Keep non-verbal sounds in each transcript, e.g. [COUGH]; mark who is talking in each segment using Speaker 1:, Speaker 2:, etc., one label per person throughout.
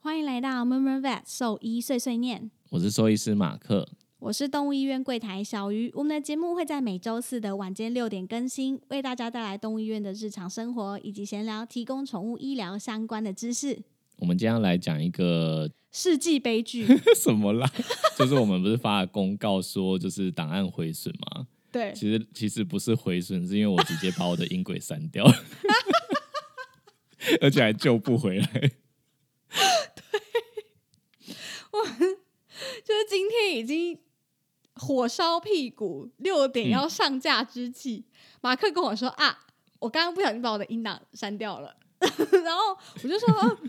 Speaker 1: 欢迎来到 Murmur Vet 兽医碎碎念，
Speaker 2: 我是兽医师马克，
Speaker 1: 我是动物医院柜台小鱼。我们的节目会在每周四的晚间六点更新，为大家带来动物医院的日常生活以及闲聊，提供宠物医疗相关的知识。
Speaker 2: 我们今天要来讲一个
Speaker 1: 世纪悲剧，
Speaker 2: [LAUGHS] 什么啦？ [LAUGHS] 就是我们不是发了公告说，就是档案毁损吗？
Speaker 1: 对，
Speaker 2: 其实其实不是毁损，是因为我直接把我的音轨删掉， [LAUGHS] 而且还救不回来。
Speaker 3: 就是今天已经火烧屁股，六点
Speaker 2: 嗯
Speaker 3: 要上架之际，马克跟我说啊，我刚刚不小心把我的音档删掉了， [LAUGHS] 然后我就说、啊嗯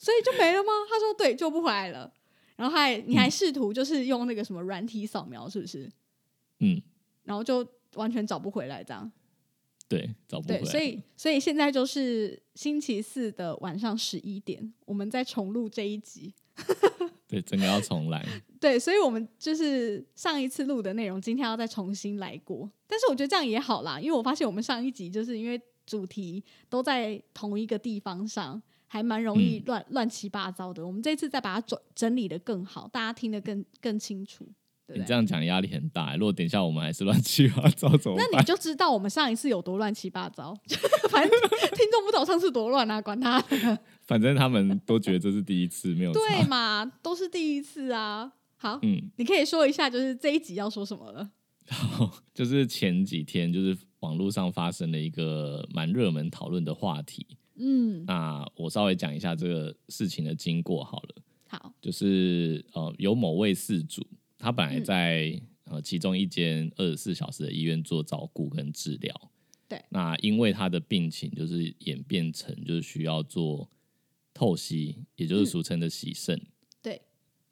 Speaker 3: 所以就没了吗？他说对，救不回来了。然后还你还试图就是用那个什么软体扫描，是不是？
Speaker 2: 嗯，
Speaker 3: 然后就完全找不回来，这样
Speaker 2: 对，找不回
Speaker 3: 对，
Speaker 2: 来。
Speaker 3: 所以所以现在就是星期四的晚上十一点，我们再重录这一集。
Speaker 2: 对，整个要重来。
Speaker 3: 对，所以我们就是上一次录的内容，今天要再重新来过。但是我觉得这样也好啦，因为我发现我们上一集就是因为主题都在同一个地方上，还蛮容易
Speaker 2: 嗯
Speaker 3: 乱、乱七八糟的。我们这次再把它整整理的更好，大家听得更更清楚， [LAUGHS] 对
Speaker 2: 你
Speaker 3: 不
Speaker 2: 这
Speaker 3: 对？
Speaker 2: 样讲压力很大、如果等一下我们还是乱 [LAUGHS] 七八糟怎么
Speaker 3: 那你
Speaker 2: 办？
Speaker 3: 就知道我们上一次有多乱七八糟， [LAUGHS] 反正听众不知道上次多乱啊，管他。
Speaker 2: 反正他们都觉得这是第一次，没有
Speaker 3: 对
Speaker 2: 差。
Speaker 3: 嘛，都是第一次啊。好，
Speaker 2: 嗯，
Speaker 3: 你可以说一下，就是这一集要说什么了。
Speaker 2: 好，就是前几天就是网络上发生了一个蛮热门讨论的话题。
Speaker 3: 嗯，
Speaker 2: 那我稍微讲一下这个事情的经过好了。
Speaker 3: 好，
Speaker 2: 就是呃，有某位事主，他本
Speaker 3: 嗯
Speaker 2: 来在、呃其中一间二十四小时的医院做照顾跟治疗。
Speaker 3: 对
Speaker 2: 那因为他的病情就是演变成就是需要做透析，也就是
Speaker 3: 嗯
Speaker 2: 俗称的洗肾。
Speaker 3: 对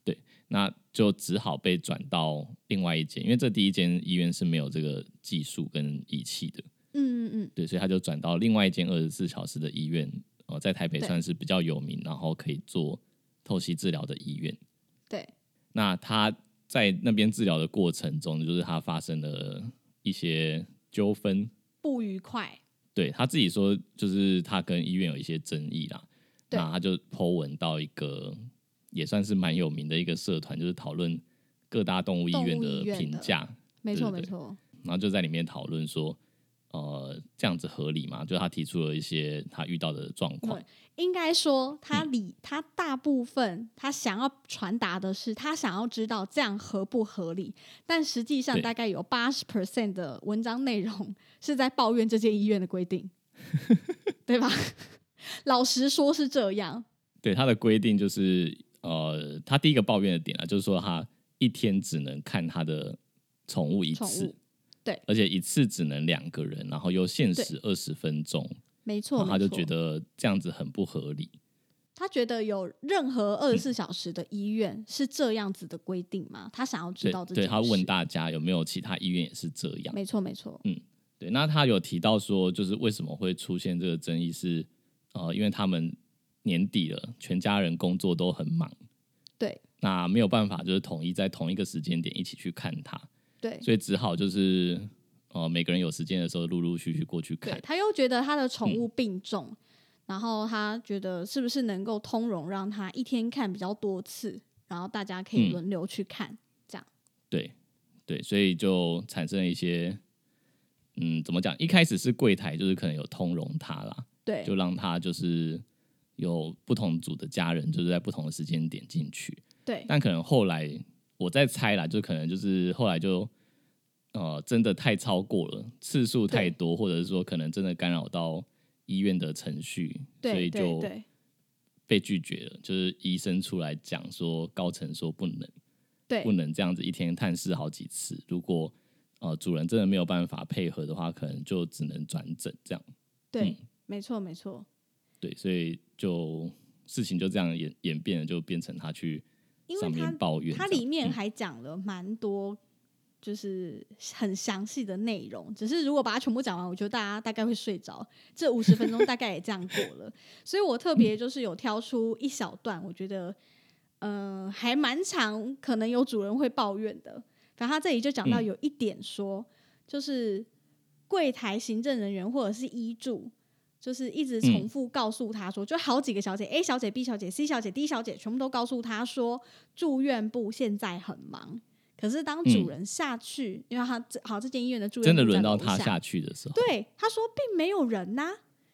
Speaker 2: 对，那就只好被转到另外一间，因为这第一间医院是没有这个技术跟仪器的。
Speaker 3: 嗯嗯嗯。
Speaker 2: 对，所以他就转到另外一间二十四小时的医院，呃，在台北
Speaker 3: 对
Speaker 2: 算是比较有名，然后可以做透析治疗的医院。
Speaker 3: 对，
Speaker 2: 那他在那边治疗的过程中，就是他发生了一些纠纷，
Speaker 3: 不愉快。
Speaker 2: 对他自己说，就是他跟医院有一些争议啦。
Speaker 3: 对
Speaker 2: 那他就 Po 文到一个也算是蛮有名的一个社团，就是讨论各大动物医院
Speaker 3: 动物医
Speaker 2: 的
Speaker 3: 院的
Speaker 2: 评价，
Speaker 3: 没错，
Speaker 2: 对对
Speaker 3: 没
Speaker 2: 对
Speaker 3: 错，
Speaker 2: 然后就在里面讨论说，呃，这样子合理吗？就他提出了一些他遇到的状况
Speaker 3: 对，应该说他理、他大部分他想要传达的是，他想要知道这样合不合理，但实际上
Speaker 2: 对
Speaker 3: 大概有八十 percent 的文章内容是在抱怨这间医院的规
Speaker 2: [LAUGHS]
Speaker 3: 定，对吧？老实说是这样，
Speaker 2: 对他的规定就是，呃，他第一个抱怨的点啊，就是说他一天只能看他的宠物一
Speaker 3: 宠
Speaker 2: 次
Speaker 3: 物，对，
Speaker 2: 而且一次只能两个人，然后又限时二十分钟，
Speaker 3: 没
Speaker 2: 然
Speaker 3: 错，
Speaker 2: 哦后他就
Speaker 3: 没错
Speaker 2: 觉得这样子很不合理。
Speaker 3: 他觉得有任何二十四小时的医院是这样子的规定吗？他想要知
Speaker 2: 对
Speaker 3: 道，这件
Speaker 2: 对
Speaker 3: 事。
Speaker 2: 他问大家有没有其他医院也是这样。
Speaker 3: 没错，没错，
Speaker 2: 对，那他有提到说，就是为什么会出现这个争议是，呃，因为他们年底了，全家人工作都很忙，
Speaker 3: 对
Speaker 2: 那没有办法就是统一在同一个时间点一起去看他，
Speaker 3: 对，
Speaker 2: 所以只好就是呃每个人有时间的时候，陆陆续续过去
Speaker 3: 对
Speaker 2: 看，。嗯
Speaker 3: 他又觉得他的宠物病重，然后他觉得是不是能够通融，让他一天看比较多次，然后大家可以
Speaker 2: 嗯
Speaker 3: 轮流去看。
Speaker 2: 对对，所以就产生了一些，嗯，怎么讲？一开始是柜台就是可能有通融他啦，
Speaker 3: 对
Speaker 2: 就让他就是有不同组的家人，就是在不同的时间点进去。
Speaker 3: 对
Speaker 2: 但可能后来我在猜啦，就可能就是后来就呃真的太超过了次数太多，或者是说可能真的干扰到医院的程序，所以
Speaker 3: 对对
Speaker 2: 就
Speaker 3: 对
Speaker 2: 被拒绝了。就是医生出来讲说，高层说不能
Speaker 3: 对
Speaker 2: 不能这样子一天探视好几次，如果呃主人真的没有办法配合的话，可能就只能转诊这样。
Speaker 3: 对，
Speaker 2: 嗯
Speaker 3: 没错没错，
Speaker 2: 对，所以就事情就这样演演变了，就变成他去
Speaker 3: 因为
Speaker 2: 上
Speaker 3: 它
Speaker 2: 面抱怨这
Speaker 3: 它
Speaker 2: 样。
Speaker 3: 里面
Speaker 2: 嗯
Speaker 3: 还讲了蛮多，就是很详细的内容。只是如果把它全部讲完，我觉得大家大概会睡着。这五十分钟大概也这样过了，所以我特别就是有挑出一小段，我觉得呃还蛮长，可能有主人会抱怨的。反正他这里就讲到
Speaker 2: 嗯
Speaker 3: 有一点说，就是柜台行政人员或者是医助，就是一直
Speaker 2: 嗯
Speaker 3: 重复告诉他说，就好几个小姐，A 小姐、B 小姐、C 小姐、D 小姐，全部都告诉他说，住院部现在很忙。可是当主
Speaker 2: 嗯
Speaker 3: 人下去，因为他这好这间医院的住院
Speaker 2: 真的
Speaker 3: 部在
Speaker 2: 轮到
Speaker 3: 楼
Speaker 2: 他
Speaker 3: 下
Speaker 2: 下去的时候，
Speaker 3: 对，他说并没有人呐、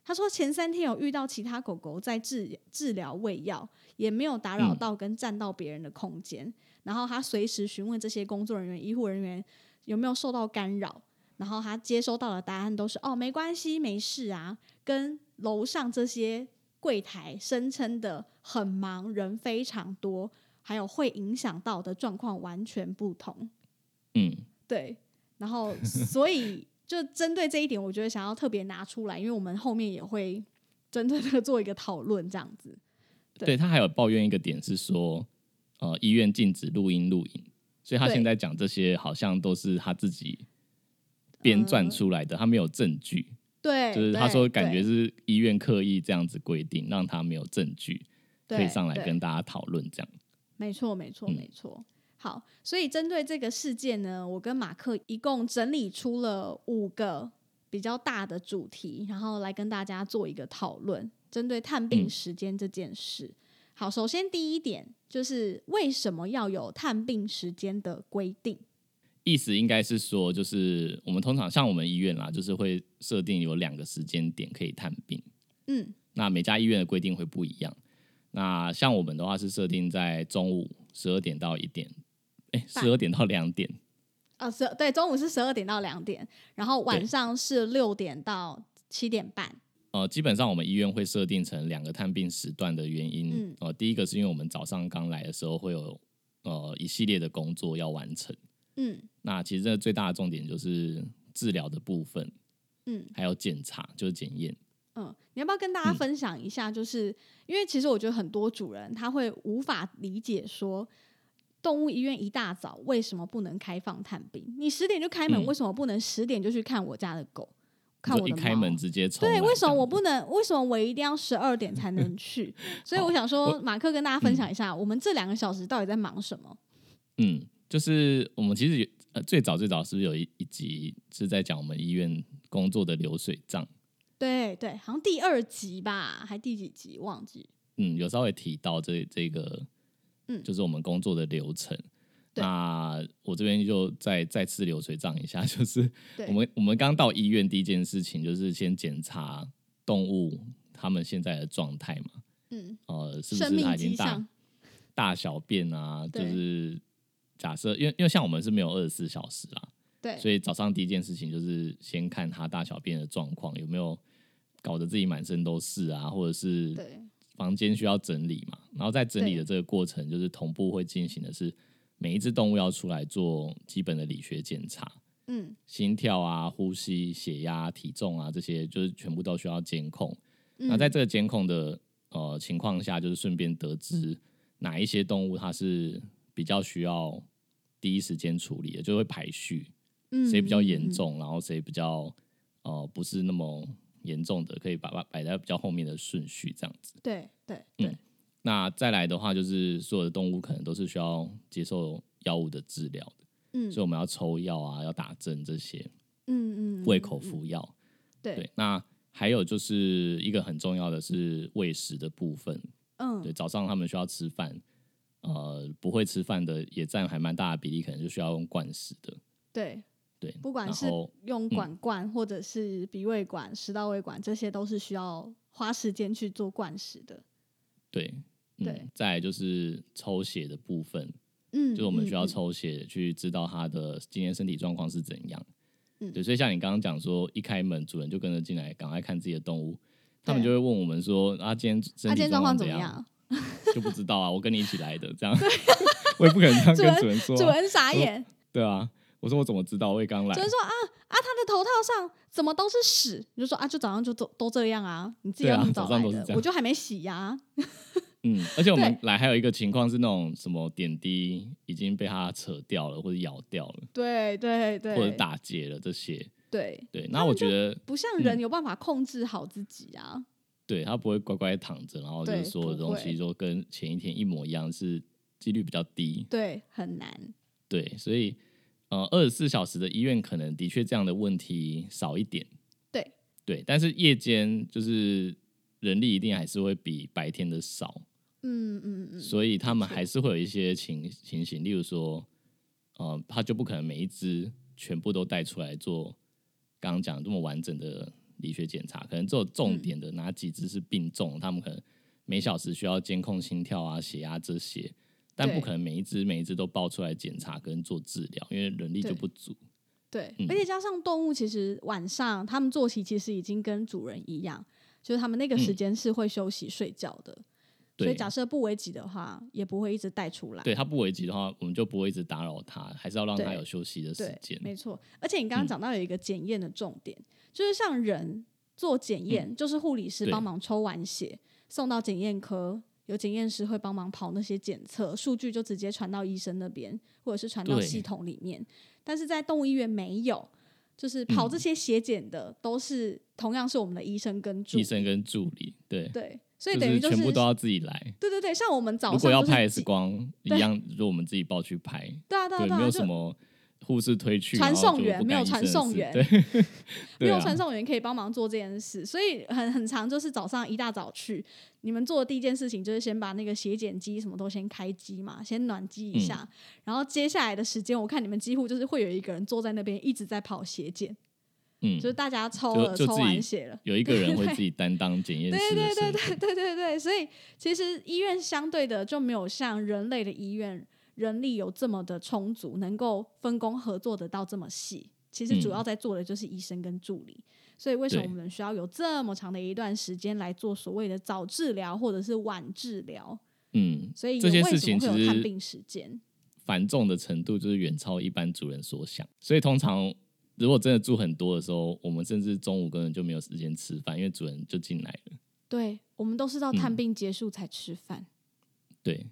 Speaker 3: 他说前三天有遇到其他狗狗在治治疗喂药，也没有打扰
Speaker 2: 嗯
Speaker 3: 到跟占到别人的空间。然后他随时询问这些工作人员、医护人员有没有受到干扰。然后他接收到的答案都是哦，没关系，没事啊，跟楼上这些柜台声称的很忙、人非常多，还有会影响到的状况完全不同。
Speaker 2: 嗯，
Speaker 3: 对，然后所以就针对这一点，我觉得想要特别拿出来，因为我们后面也会针对这个做一个讨论，这样子。对
Speaker 2: 对他还有抱怨一个点是说，呃，医院禁止录音录影，所以他
Speaker 3: 对
Speaker 2: 现在讲这些好像都是他自己编
Speaker 3: 呃
Speaker 2: 撰出来的，他没有证据，
Speaker 3: 对，
Speaker 2: 就是他
Speaker 3: 对
Speaker 2: 说感觉
Speaker 3: 对
Speaker 2: 是医院刻意这样子规定，让他没有证据可以
Speaker 3: 对
Speaker 2: 上来
Speaker 3: 对
Speaker 2: 跟大家讨论这样。
Speaker 3: 没错，没错，
Speaker 2: 嗯
Speaker 3: 没错。好，所以针对这个事件呢，我跟马克一共整理出了五个比较大的主题，然后来跟大家做一个讨论，针对探病
Speaker 2: 嗯
Speaker 3: 时间这件事。好，首先第一点就是为什么要有探病时间的规定？
Speaker 2: 意思应该是说，就是我们通常像我们医院啦，就是会设定有两个时间点可以探病，
Speaker 3: 嗯，
Speaker 2: 那每家医院的规定会不一样。那像我们的话是设定在中午十二点到一点，哎，
Speaker 3: 半
Speaker 2: 十二点到两点，
Speaker 3: 啊，十对，中午是十二点到两点，然后晚上是六点到七点半。
Speaker 2: 呃，基本上我们医院会设定成两个探病时段的原因，
Speaker 3: 嗯
Speaker 2: 呃，第一个是因为我们早上刚来的时候会有呃一系列的工作要完成，
Speaker 3: 嗯
Speaker 2: 那其实这最大的重点就是治疗的部分，
Speaker 3: 嗯
Speaker 2: 还有检查就是检验，
Speaker 3: 嗯，你要不要跟大家分享一下？就是、因为其实我觉得很多主人他会无法理解说，动物医院一大早为什么不能开放探病？你十点就开门，
Speaker 2: 嗯
Speaker 3: 为什么不能十点就去看我家的狗？看
Speaker 2: 就
Speaker 3: 我
Speaker 2: 一
Speaker 3: 的
Speaker 2: 开
Speaker 3: 猫
Speaker 2: 门直接冲来这
Speaker 3: 对，
Speaker 2: 样子，
Speaker 3: 为什么我不能？为什么我一定要十二点才能去？ [LAUGHS] 所以我想说，马克跟大家分享一下，我们这两个小时到底在忙什么？
Speaker 2: 嗯，就是我们其实有呃最早最早是不是有一一集是在讲我们医院工作的流水账？
Speaker 3: 对对，好像第二集吧，还第几集忘记。
Speaker 2: 嗯，有稍微提到这这个，
Speaker 3: 嗯
Speaker 2: 就是我们工作的流程。
Speaker 3: 对
Speaker 2: 那我这边就再再次流水账一下， [LAUGHS] 就是
Speaker 3: 对，
Speaker 2: 我们我们刚到医院第一件事情就是先检查动物它们现在的状态嘛，
Speaker 3: 嗯，
Speaker 2: 呃，是不
Speaker 3: 生
Speaker 2: 是它
Speaker 3: 命
Speaker 2: 已
Speaker 3: 迹
Speaker 2: 经大
Speaker 3: 象，
Speaker 2: 大小便啊，就
Speaker 3: 对
Speaker 2: 是假设，因为因为像我们是没有二十四小时啦，
Speaker 3: 对，
Speaker 2: 所以早上第一件事情就是先看它大小便的状况有没有搞得自己满身都是啊，或者是
Speaker 3: 对，
Speaker 2: 房间需要整理嘛，然后在整理
Speaker 3: 对
Speaker 2: 的这个过程，就是同步会进行的是每一只动物要出来做基本的理学检查，
Speaker 3: 嗯
Speaker 2: 心跳啊、呼吸、血压、体重啊这些，就是全部都需要监控。
Speaker 3: 嗯，
Speaker 2: 那在这个监控的呃情况下，就是顺便得知哪一些动物它是比较需要第一时间处理的，就会排序，
Speaker 3: 嗯
Speaker 2: 谁比较严重，然后谁比较呃不是那么严重的，可以把它摆在比较后面的顺序这样子。
Speaker 3: 嗯？嗯对对
Speaker 2: 嗯
Speaker 3: 对，
Speaker 2: 那再来的话，就是所有的动物可能都是需要接受药物的治疗的，
Speaker 3: 嗯
Speaker 2: 所以我们要抽药啊，要打针这些，
Speaker 3: 嗯嗯，
Speaker 2: 胃
Speaker 3: 嗯
Speaker 2: 口，
Speaker 3: 嗯
Speaker 2: 服药。
Speaker 3: 对
Speaker 2: 对，，那还有就是一个很重要的是喂食的部分，
Speaker 3: 嗯
Speaker 2: 对，早上他们需要吃饭，呃，不会吃饭的也占还蛮大的比例，可能就需要用灌食的。
Speaker 3: 对，
Speaker 2: 对，
Speaker 3: 不管
Speaker 2: 然
Speaker 3: 是
Speaker 2: 后
Speaker 3: 用
Speaker 2: 嗯
Speaker 3: 管灌或者是鼻胃管、食道胃管，这些都是需要花时间去做灌食的。
Speaker 2: 对，嗯、
Speaker 3: 对，
Speaker 2: 再来就是抽血的部分，
Speaker 3: 嗯，
Speaker 2: 就是我们需要
Speaker 3: 嗯，
Speaker 2: 抽血去知道他的今天身体状况是怎样。
Speaker 3: 嗯
Speaker 2: 对，所以像你刚刚讲说，一开门主人就跟着进来，赶快看自己的动物，他们
Speaker 3: 对
Speaker 2: 就会问我们说：“啊，今天
Speaker 3: 他
Speaker 2: 身
Speaker 3: 今
Speaker 2: 体
Speaker 3: 天状
Speaker 2: 况
Speaker 3: 况
Speaker 2: 怎
Speaker 3: 怎么
Speaker 2: 样？
Speaker 3: 样？
Speaker 2: [LAUGHS]
Speaker 3: [LAUGHS]
Speaker 2: 就不知道啊，我跟你一起来的，这样我也不可能这样
Speaker 3: 主
Speaker 2: 跟
Speaker 3: 人
Speaker 2: 主人说
Speaker 3: 主
Speaker 2: 啊，
Speaker 3: 人傻眼，
Speaker 2: 对啊，我说我怎么知道？我也刚来
Speaker 3: 只，能说啊啊，他的头套上怎么都是屎？你就说啊，就早上就都都这样啊，你自己
Speaker 2: 对
Speaker 3: 要
Speaker 2: 啊
Speaker 3: 那么
Speaker 2: 早
Speaker 3: 早
Speaker 2: 上
Speaker 3: 来
Speaker 2: 都是这
Speaker 3: 的，
Speaker 2: 样
Speaker 3: 我就还没洗啊呀、
Speaker 2: 嗯，而且我们
Speaker 3: 对
Speaker 2: 来还有一个情况是那种什么点滴已经被它扯掉了，或者咬掉了，
Speaker 3: 对对
Speaker 2: 或者
Speaker 3: 对，
Speaker 2: 打结了这些。
Speaker 3: 对，
Speaker 2: 对，那我觉得
Speaker 3: 不像人有办法控制好自己啊。
Speaker 2: 对它不会乖乖躺着，然后就
Speaker 3: 对
Speaker 2: 是所有
Speaker 3: 不
Speaker 2: 东西
Speaker 3: 会
Speaker 2: 都跟前一天一模一样，是几率比较低。
Speaker 3: 对，很难。
Speaker 2: 对，所以呃，二十四小时的医院可能的确这样的问题少一点。
Speaker 3: 对
Speaker 2: 对，但是夜间就是人力一定还是会比白天的少，
Speaker 3: 嗯嗯嗯，
Speaker 2: 所以他们
Speaker 3: 错
Speaker 2: 还是会有一些情情形，例如说，呃，他就不可能每一只全部都带出来做刚刚讲这么完整的理学检查，可能只有重
Speaker 3: 嗯
Speaker 2: 点的哪几只是病重，他们可能每小时需要监控心跳啊、血压这些，但不
Speaker 3: 对
Speaker 2: 可能每一只每一只都报出来检查跟做治疗，因为人力就
Speaker 3: 对
Speaker 2: 不足。
Speaker 3: 对，
Speaker 2: 嗯
Speaker 3: 而且加上动物，其实晚上它们作息其实已经跟主人一样，就是它们那个时
Speaker 2: 嗯
Speaker 3: 间是会休息睡觉的。所
Speaker 2: 对
Speaker 3: 以，假设不危及的话，也不会一直带出来。
Speaker 2: 对他不危及的话，我们就不会一直打扰他，还是要让他
Speaker 3: 对
Speaker 2: 有休息的时
Speaker 3: 对，
Speaker 2: 间。
Speaker 3: 没错。而且你刚刚
Speaker 2: 嗯
Speaker 3: 讲到有一个检验的重点，就是像人做检验，就是护理师
Speaker 2: 嗯对
Speaker 3: 帮忙抽完血送到检验科，有检验师会帮忙跑那些检测，数据就直接传到医生那边，或者是传到
Speaker 2: 对
Speaker 3: 系统里面。但是在动物医院没有，就是
Speaker 2: 嗯
Speaker 3: 跑这些血检的、都是同样是我们的医生跟助
Speaker 2: 医
Speaker 3: 理，
Speaker 2: 生跟助理，对，
Speaker 3: 对，所以等于就
Speaker 2: 就
Speaker 3: 是是
Speaker 2: 全部都要自己来。
Speaker 3: 对对对，像我们早
Speaker 2: 如果
Speaker 3: 上
Speaker 2: 要
Speaker 3: 就是
Speaker 2: 拍
Speaker 3: 几
Speaker 2: X 光一
Speaker 3: 对
Speaker 2: 样，如果我们自己报去拍，
Speaker 3: 对啊对啊
Speaker 2: 对，
Speaker 3: 对啊，
Speaker 2: 没有
Speaker 3: 就
Speaker 2: 什么护士推去，
Speaker 3: 传
Speaker 2: 然后
Speaker 3: 送
Speaker 2: 就
Speaker 3: 员
Speaker 2: 不
Speaker 3: 没
Speaker 2: 干
Speaker 3: 有
Speaker 2: 医
Speaker 3: 传
Speaker 2: 生的
Speaker 3: 送
Speaker 2: 事
Speaker 3: 员 [LAUGHS]
Speaker 2: 对，
Speaker 3: 没
Speaker 2: 对
Speaker 3: 有
Speaker 2: 啊
Speaker 3: 传送员可以帮忙做这件事，所以很很长，就是早上一大早去，你们做的第一件事情就是先把那个血检机什么都先开机嘛，先暖机
Speaker 2: 嗯
Speaker 3: 一下，然后接下来的时间，我看你们几乎就是会有一个人坐在那边一直在跑血检，
Speaker 2: 嗯
Speaker 3: 就，是大家抽
Speaker 2: 就
Speaker 3: 了
Speaker 2: 就
Speaker 3: 抽
Speaker 2: 自己
Speaker 3: 完血了。
Speaker 2: 有一个人会自己担当
Speaker 3: [LAUGHS]
Speaker 2: 检验
Speaker 3: 对
Speaker 2: 师的
Speaker 3: 对对
Speaker 2: 身
Speaker 3: 对
Speaker 2: 份，
Speaker 3: 对对对，所以其实医院相对的就没有像人类的医院人力有这么的充足，能够分工合作得到这么细。其实主
Speaker 2: 嗯
Speaker 3: 要在做的就是医生跟助理，所以为什么
Speaker 2: 对
Speaker 3: 我们需要有这么长的一段时间来做所谓的早治疗或者是晚治疗？
Speaker 2: 嗯，
Speaker 3: 所以
Speaker 2: 这
Speaker 3: 也
Speaker 2: 些
Speaker 3: 为
Speaker 2: 事
Speaker 3: 什
Speaker 2: 情
Speaker 3: 么
Speaker 2: 其
Speaker 3: 会有
Speaker 2: 实
Speaker 3: 看病时间？
Speaker 2: 繁重的程度就是远超一般主人所想，所以通常。如果真的住很多的时候，我们甚至中午根本就没有时间吃饭，因为主人就进来了。
Speaker 3: 对我们都是到探
Speaker 2: 嗯
Speaker 3: 病结束才吃饭。
Speaker 2: 对，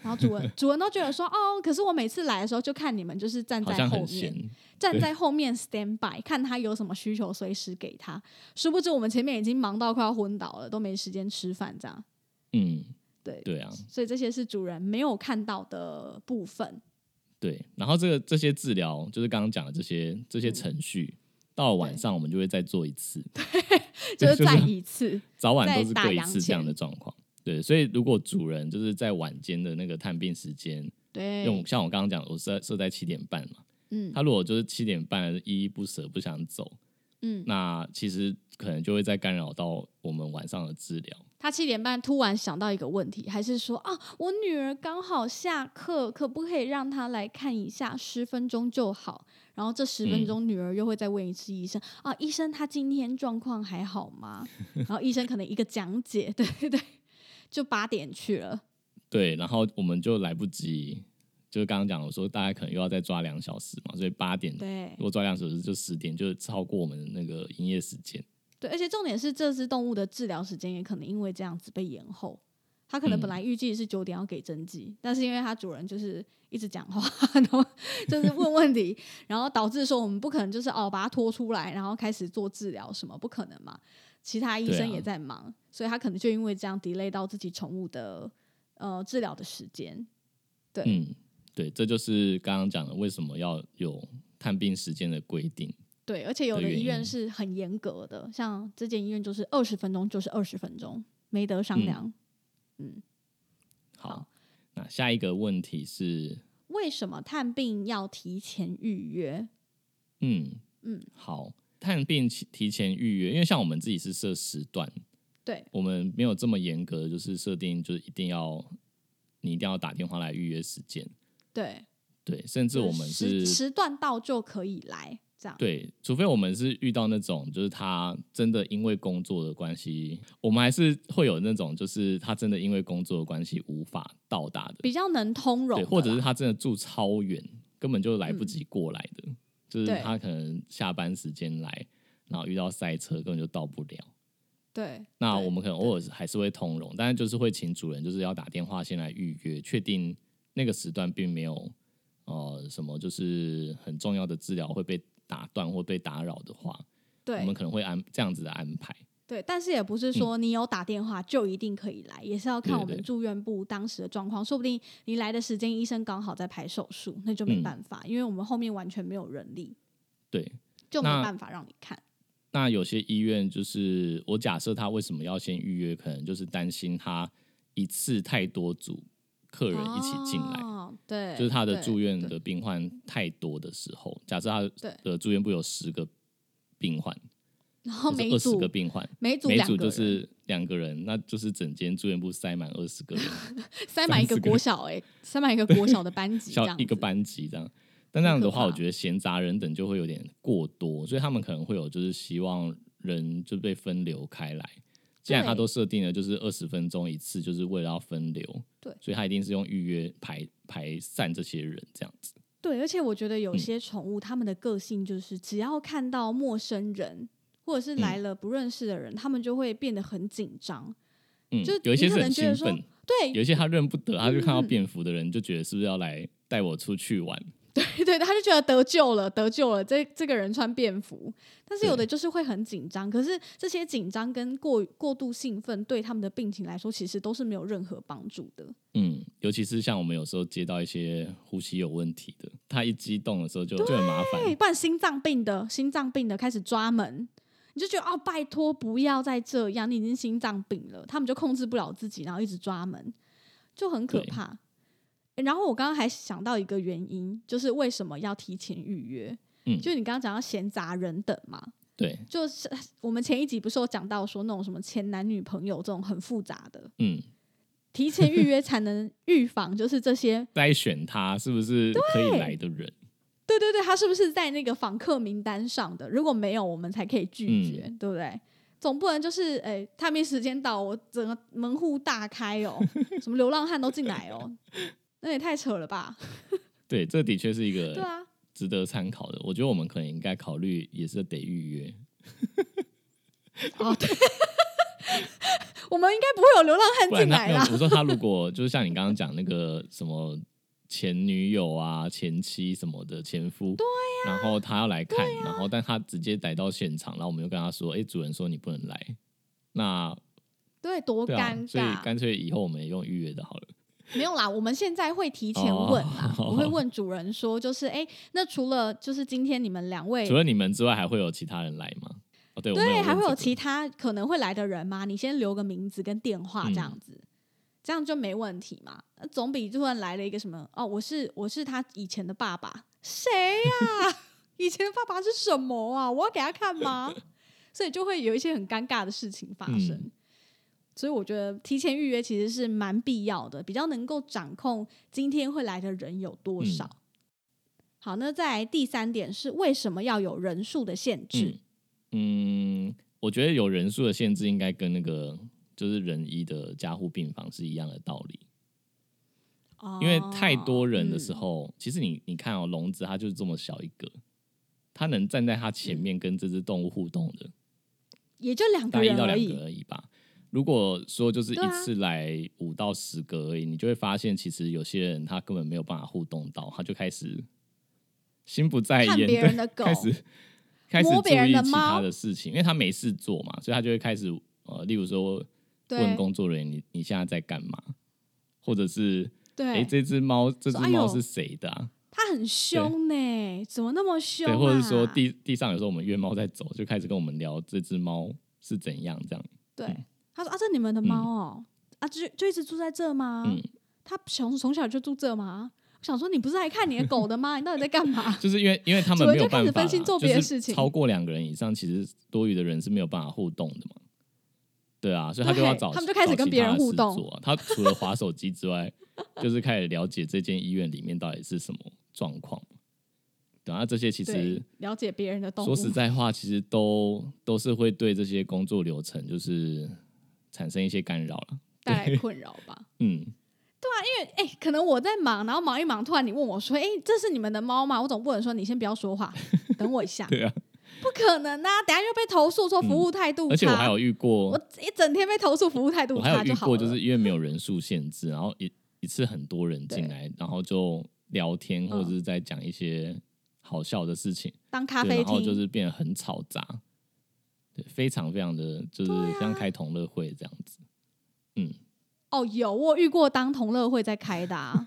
Speaker 3: 然后主
Speaker 2: [LAUGHS]
Speaker 3: 人主人都觉得说哦，可是我每次来的时候就看你们就是站
Speaker 2: 好
Speaker 3: 在
Speaker 2: 像
Speaker 3: 后
Speaker 2: 很
Speaker 3: 面，
Speaker 2: 闲。
Speaker 3: 站在后面 stand by，看他有什么需求，随时给他。殊不知我们前面已经忙到快要昏倒了，都没时间吃饭，这样。
Speaker 2: 嗯，
Speaker 3: 对，
Speaker 2: 对啊，
Speaker 3: 所以这些是主人没有看到的部分。
Speaker 2: 对，然后这个这些治疗就是刚刚讲的这些这些程序，到了晚
Speaker 3: 嗯对
Speaker 2: 上我们就会再做一次，
Speaker 3: 就是再一次，
Speaker 2: 早晚都
Speaker 3: 在
Speaker 2: 是
Speaker 3: 打
Speaker 2: 各一
Speaker 3: 烊
Speaker 2: 次这样的状况。对，所以如果主人就是在晚间的那个探病时间，用
Speaker 3: 对，
Speaker 2: 像我刚刚讲，我设设在七点半嘛，
Speaker 3: 嗯
Speaker 2: 他如果就是七点半依依不舍不想走，
Speaker 3: 嗯，
Speaker 2: 那其实可能就会再干扰到我们晚上的治疗。
Speaker 3: 他七点半突然想到一个问题，还是说啊，我女儿刚好下课，可不可以让她来看一下，十分钟就好？然后这十分钟，女儿又会再问一次医生、啊，医生她今天状况还好吗？ [LAUGHS] 然后医生可能一个讲解，对对对，就八点去了。
Speaker 2: 对，然后我们就来不及，就是刚刚讲我说大概可能又要再抓两小时嘛，所以八点
Speaker 3: 对
Speaker 2: 如果抓两小时就十点，就超过我们的那个营业时间。
Speaker 3: 对，而且重点是这只动物的治疗时间也可能因为这样子被延后。它可能
Speaker 2: 嗯
Speaker 3: 本来预计是九点要给针剂，但是因为它主人就是一直讲话，然
Speaker 2: [LAUGHS]
Speaker 3: 后就是问问题，然后导致说我们不可能就是哦把它拖出来，然后开始做治疗什么，不可能嘛。其他医
Speaker 2: 对啊
Speaker 3: 生也在忙，所以他可能就因为这样 delay 到自己宠物的呃治疗的时间。对
Speaker 2: 嗯，对，这就是刚刚讲的为什么要有探病时间的规定。
Speaker 3: 对，而且有的
Speaker 2: 的原
Speaker 3: 医院
Speaker 2: 因
Speaker 3: 是很严格的，像这间医院就是二十分钟就是二十分钟，没得商
Speaker 2: 嗯
Speaker 3: 量。
Speaker 2: 好
Speaker 3: 好，
Speaker 2: 那下一个问题是，
Speaker 3: 为什么探病要提前预约？
Speaker 2: 嗯
Speaker 3: 嗯，
Speaker 2: 好，探病提提前预约，因为像我们自己是设时段，
Speaker 3: 对
Speaker 2: 我们没有这么严格，就是设定就是一定要你一定要打电话来预约时间。
Speaker 3: 对，
Speaker 2: 对，甚至
Speaker 3: 就
Speaker 2: 我们
Speaker 3: 时
Speaker 2: 是
Speaker 3: 时段到就可以来，这样
Speaker 2: 对，除非我们是遇到那种，就是他真的因为工作的关系，我们还是会有那种，就是他真的因为工作的关系无法到达的，
Speaker 3: 比较能通融的
Speaker 2: 对，
Speaker 3: 啦。
Speaker 2: 或者是他真的住超远，根本就来不及过来的，就是
Speaker 3: 嗯对
Speaker 2: 他可能下班时间来，然后遇到塞车根本就到不了。
Speaker 3: 对，
Speaker 2: 那
Speaker 3: 对
Speaker 2: 我们可能偶尔还是会通融，但是就是会请主人就是要打电话先来预约，确定那个时段并没有呃什么就是很重要的治疗会被打断或被打扰的话，我们
Speaker 3: 对
Speaker 2: 可能会安这样子的安排。
Speaker 3: 对，但是也不是说你有打电话就一定可以来，也是要看
Speaker 2: 对
Speaker 3: 我们
Speaker 2: 对
Speaker 3: 住院部当时的状况，说不定你来的时间医生刚好在排手术，那就没
Speaker 2: 嗯
Speaker 3: 办法，因为我们后面完全没有人力，
Speaker 2: 对，
Speaker 3: 就没
Speaker 2: 那
Speaker 3: 办法让你看。
Speaker 2: 那有些医院就是我假设他为什么要先预约，可能就是担心他一次太多组客人一起进来，
Speaker 3: 哦、对，
Speaker 2: 就是他的
Speaker 3: 对
Speaker 2: 住院
Speaker 3: 对
Speaker 2: 的病患太多的时候，假设他
Speaker 3: 对
Speaker 2: 的住院部有十个病患，
Speaker 3: 然后
Speaker 2: 就是
Speaker 3: 每
Speaker 2: 二十
Speaker 3: 组
Speaker 2: 个病患，
Speaker 3: 每组
Speaker 2: 每
Speaker 3: 两
Speaker 2: 组
Speaker 3: 个
Speaker 2: 就
Speaker 3: 人
Speaker 2: 是两个人，那就是整间住院部塞满二十个人，
Speaker 3: 塞满一个
Speaker 2: 30个
Speaker 3: 国小哎、塞满一个国小的班级这
Speaker 2: [LAUGHS] 小
Speaker 3: 样
Speaker 2: 一个
Speaker 3: 子
Speaker 2: 班级这样。但那样的话，
Speaker 3: 很
Speaker 2: 我
Speaker 3: 可怕
Speaker 2: 觉得闲杂人等就会有点过多，所以他们可能会有就是希望人就被分流开来。既然他
Speaker 3: 对
Speaker 2: 都设定了就是二十分钟一次，就是为了要分流，
Speaker 3: 对
Speaker 2: 所以他一定是用预约排排散这些人这样子。
Speaker 3: 对，而且我觉得有
Speaker 2: 嗯
Speaker 3: 些宠物，它们的个性就是，只要看到陌生人或者是来了不认识的人，它、们就会变得很紧张。
Speaker 2: 嗯
Speaker 3: 就，
Speaker 2: 有一些
Speaker 3: 你可
Speaker 2: 是很
Speaker 3: 能觉得
Speaker 2: 兴
Speaker 3: 说
Speaker 2: 奋，有
Speaker 3: 对
Speaker 2: 一些他认不得，他就看到
Speaker 3: 嗯嗯
Speaker 2: 蝙蝠的人就觉得是不是要来带我出去玩？
Speaker 3: [LAUGHS] 对，他就觉得得救了，得救了。这这个人穿便服，但是有的就是会很紧张。可是这些紧张跟过过度兴奋，对他们的病情来说，其实都是没有任何帮助的。
Speaker 2: 嗯，尤其是像我们有时候接到一些呼吸有问题的，他一激动的时候就就很麻
Speaker 3: 对，
Speaker 2: 烦。
Speaker 3: 不然心脏病的心脏病的开始抓门，你就觉得哦，拜托不要再这样，你已经心脏病了，他们就控制不了自己，然后一直抓门，就很可
Speaker 2: 对
Speaker 3: 怕。诶然后我刚刚还想到一个原因，就是为什么要提前预约？
Speaker 2: 嗯
Speaker 3: 就你刚刚讲到闲杂人等嘛，
Speaker 2: 对，
Speaker 3: 就是我们前一集不是有讲到说那种什么前男女朋友这种很复杂的，
Speaker 2: 嗯，
Speaker 3: 提前预约才能预防，就是这些
Speaker 2: 筛选他是不是可以来的人？
Speaker 3: 对对对，他是不是在那个访客名单上的？如果没有，我们才可以拒绝，
Speaker 2: 嗯
Speaker 3: 对不对？总不能就是哎诶，探病时间到，我整个门户大开
Speaker 2: [LAUGHS]
Speaker 3: 哦，什么流浪汉都进来哦，那也太扯了吧？
Speaker 2: 对，这的确是一
Speaker 3: 对
Speaker 2: 个
Speaker 3: 啊，
Speaker 2: 值得参考的。我觉得我们可能应该考虑，也是得预约。
Speaker 3: 哦对，我们应该不会有流浪
Speaker 2: 不
Speaker 3: 汉
Speaker 2: 然
Speaker 3: 进
Speaker 2: 他
Speaker 3: 来
Speaker 2: 没有
Speaker 3: 啦，。
Speaker 2: 我
Speaker 3: [LAUGHS]
Speaker 2: 说他如果就是像你刚刚讲那个什么前女友啊、前妻什么的前夫，对呀、然后他要来看，然后但他直接逮到现场，然后我们就跟他说：“哎、主人说你不能来。”那
Speaker 3: 对，多
Speaker 2: 对啊
Speaker 3: 尴，
Speaker 2: 所以
Speaker 3: 尬！
Speaker 2: 干脆以后我们也用预约的好了。
Speaker 3: 没有啦，我们现在会提前问啦，
Speaker 2: 哦
Speaker 3: 我会
Speaker 2: [LAUGHS]
Speaker 3: 问主人说，就是诶，那除了就是今天你们两位
Speaker 2: 除了你们之外，还会有其他人来吗？哦，对，我们
Speaker 3: 对，还会有
Speaker 2: 问这个
Speaker 3: 其他可能会来的人吗？你先留个名字跟电话
Speaker 2: 嗯
Speaker 3: 这样子，这样就没问题嘛。呃总比突然来了一个什么哦，我是我是他以前的爸爸，谁呀、 [LAUGHS] 以前的爸爸是什么啊？我要给他看
Speaker 2: [LAUGHS]
Speaker 3: 吗？所以就会有一些很尴尬的事情发生。
Speaker 2: 嗯
Speaker 3: 所以我觉得提前预约其实是蛮必要的，比较能够掌控今天会来的人有多少。
Speaker 2: 嗯
Speaker 3: 好，那再来第三点是为什么要有人数的限制？
Speaker 2: 嗯嗯，我觉得有人数的限制，应该跟那个就是人医的加护病房是一样的道理。因为太多人的时
Speaker 3: 哦，
Speaker 2: 候，其实你你看哦，笼子它就是这么小一个，它能站在它前面跟这只动物互动的，
Speaker 3: 嗯也就两
Speaker 2: 大
Speaker 3: 个
Speaker 2: 概一
Speaker 3: 人
Speaker 2: 到
Speaker 3: 而
Speaker 2: 两
Speaker 3: 已。
Speaker 2: 个而已吧。如果说就是
Speaker 3: 对
Speaker 2: 一
Speaker 3: 啊
Speaker 2: 次来五到十个而已，你就会发现其实有些人他根本没有办法互动到，他就开始心不在
Speaker 3: 看
Speaker 2: 焉，
Speaker 3: 别
Speaker 2: 对
Speaker 3: 人的狗
Speaker 2: [LAUGHS] 开始开始
Speaker 3: 摸
Speaker 2: 注
Speaker 3: 别人
Speaker 2: 意
Speaker 3: 的
Speaker 2: 其他
Speaker 3: 猫
Speaker 2: 的事情，因为他没事做嘛，所以他就会开始呃，例如说问
Speaker 3: 对
Speaker 2: 工作人员你你现在在干嘛，或者是
Speaker 3: 对，
Speaker 2: 哎、这只猫这只
Speaker 3: 说哎
Speaker 2: 猫
Speaker 3: 呦
Speaker 2: 是谁的、啊？
Speaker 3: 他很凶呢、怎么那么凶、啊？
Speaker 2: 对，或者是说地地上有时候我们约猫在走，就开始跟我们聊这只猫是怎样这样。嗯
Speaker 3: 对，他说啊，这你们的猫哦、啊，就就一直住在这吗？
Speaker 2: 嗯，？
Speaker 3: 他从从小就住这吗？我想说，你不是来看你的狗的吗？你到底在干嘛
Speaker 2: 就是因为因为他们
Speaker 3: 主人
Speaker 2: 没有
Speaker 3: 就开
Speaker 2: 办
Speaker 3: 始
Speaker 2: 法啦，
Speaker 3: 分心做别的事
Speaker 2: 就是
Speaker 3: 情
Speaker 2: 超过两个人以上，其实多余的人是没有办法互动的嘛。对啊，所以他就要
Speaker 3: 对
Speaker 2: 找
Speaker 3: 他们就开始跟别人互动
Speaker 2: 找其他的事做啊他除了划手机之外， [LAUGHS] 就是开始了解这间医院里面到底是什么状况。对啊，这些 [LAUGHS] 其实
Speaker 3: 对，了解别人的动物。
Speaker 2: 说实在话，其实都都是会对这些工作流程就是产生一些干扰了。 [LAUGHS]
Speaker 3: 带来困扰吧。
Speaker 2: 嗯，
Speaker 3: 哎、可能我在忙，然后忙一忙，突然你问我说：“哎、这是你们的猫吗？”我总不能说你先不要说话，等我一下，
Speaker 2: [LAUGHS] 对啊，
Speaker 3: 不可能啊！等下就被投诉说服务态度差、
Speaker 2: 嗯而且我还有遇过，
Speaker 3: 我一整天被投诉服务态度
Speaker 2: 我还有
Speaker 3: 差
Speaker 2: 遇
Speaker 3: 就好了。
Speaker 2: 过，就是因为没有人数限制，然后一一次很多人进来，然后就聊天或者是在讲一些好笑的事情，
Speaker 3: 当嗯咖
Speaker 2: 对，
Speaker 3: 啡
Speaker 2: 然后
Speaker 3: 厅，
Speaker 2: 就是变得很嘈杂，对，非常非常的就是
Speaker 3: 啊
Speaker 2: 像开同乐会这样子，嗯，
Speaker 3: 哦，有我有遇过当同乐会在开的、
Speaker 2: [LAUGHS]
Speaker 3: 啊，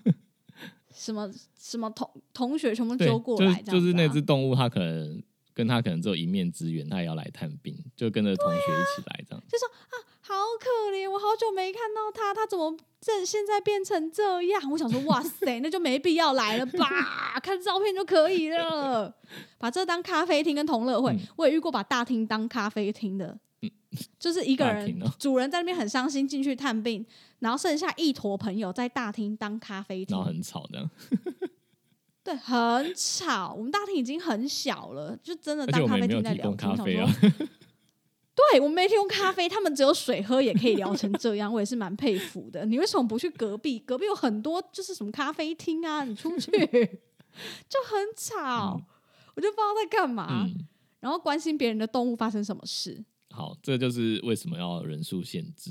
Speaker 3: 什么什么同同学全部
Speaker 2: 对，
Speaker 3: 揪过来、
Speaker 2: 就是
Speaker 3: 这样
Speaker 2: 就
Speaker 3: 子
Speaker 2: 是那
Speaker 3: 啊
Speaker 2: 只动物，它可能跟它可能只有一面之缘，它也要来探病，就跟着同学一起来这样。
Speaker 3: 啊好可怜，我好久没看到他，他怎么这现在变成这样？我想说，哇塞，那就没必要来了吧，看照片就可以了。把这当咖啡厅跟同乐会，
Speaker 2: 嗯
Speaker 3: 我也遇过把大厅当咖啡厅的，就是一个
Speaker 2: 大厅
Speaker 3: 人、
Speaker 2: 哦
Speaker 3: 主人在那边很伤心进去探病，然后剩下一坨朋友在大厅当咖啡厅
Speaker 2: 然后，很吵这样，
Speaker 3: 对，很吵。我们大厅已经很小了，就真的
Speaker 2: 而且
Speaker 3: 当
Speaker 2: 我
Speaker 3: 咖
Speaker 2: 们
Speaker 3: 啡
Speaker 2: 也没
Speaker 3: 厅在
Speaker 2: 有提
Speaker 3: 聊天，
Speaker 2: 供咖
Speaker 3: 想
Speaker 2: 啡
Speaker 3: 说
Speaker 2: 啊，
Speaker 3: 对我们没提供咖啡，他们只有水喝也可以聊成这样，我也是蛮佩服的。你为什么不去隔壁？隔壁有很多就是什么咖啡厅啊，你出去
Speaker 2: [LAUGHS]
Speaker 3: 就很吵，我就不知道在干嘛。
Speaker 2: 嗯，
Speaker 3: 然后关心别人的动物发生什么事，
Speaker 2: 好，这就是为什么要有人数限制。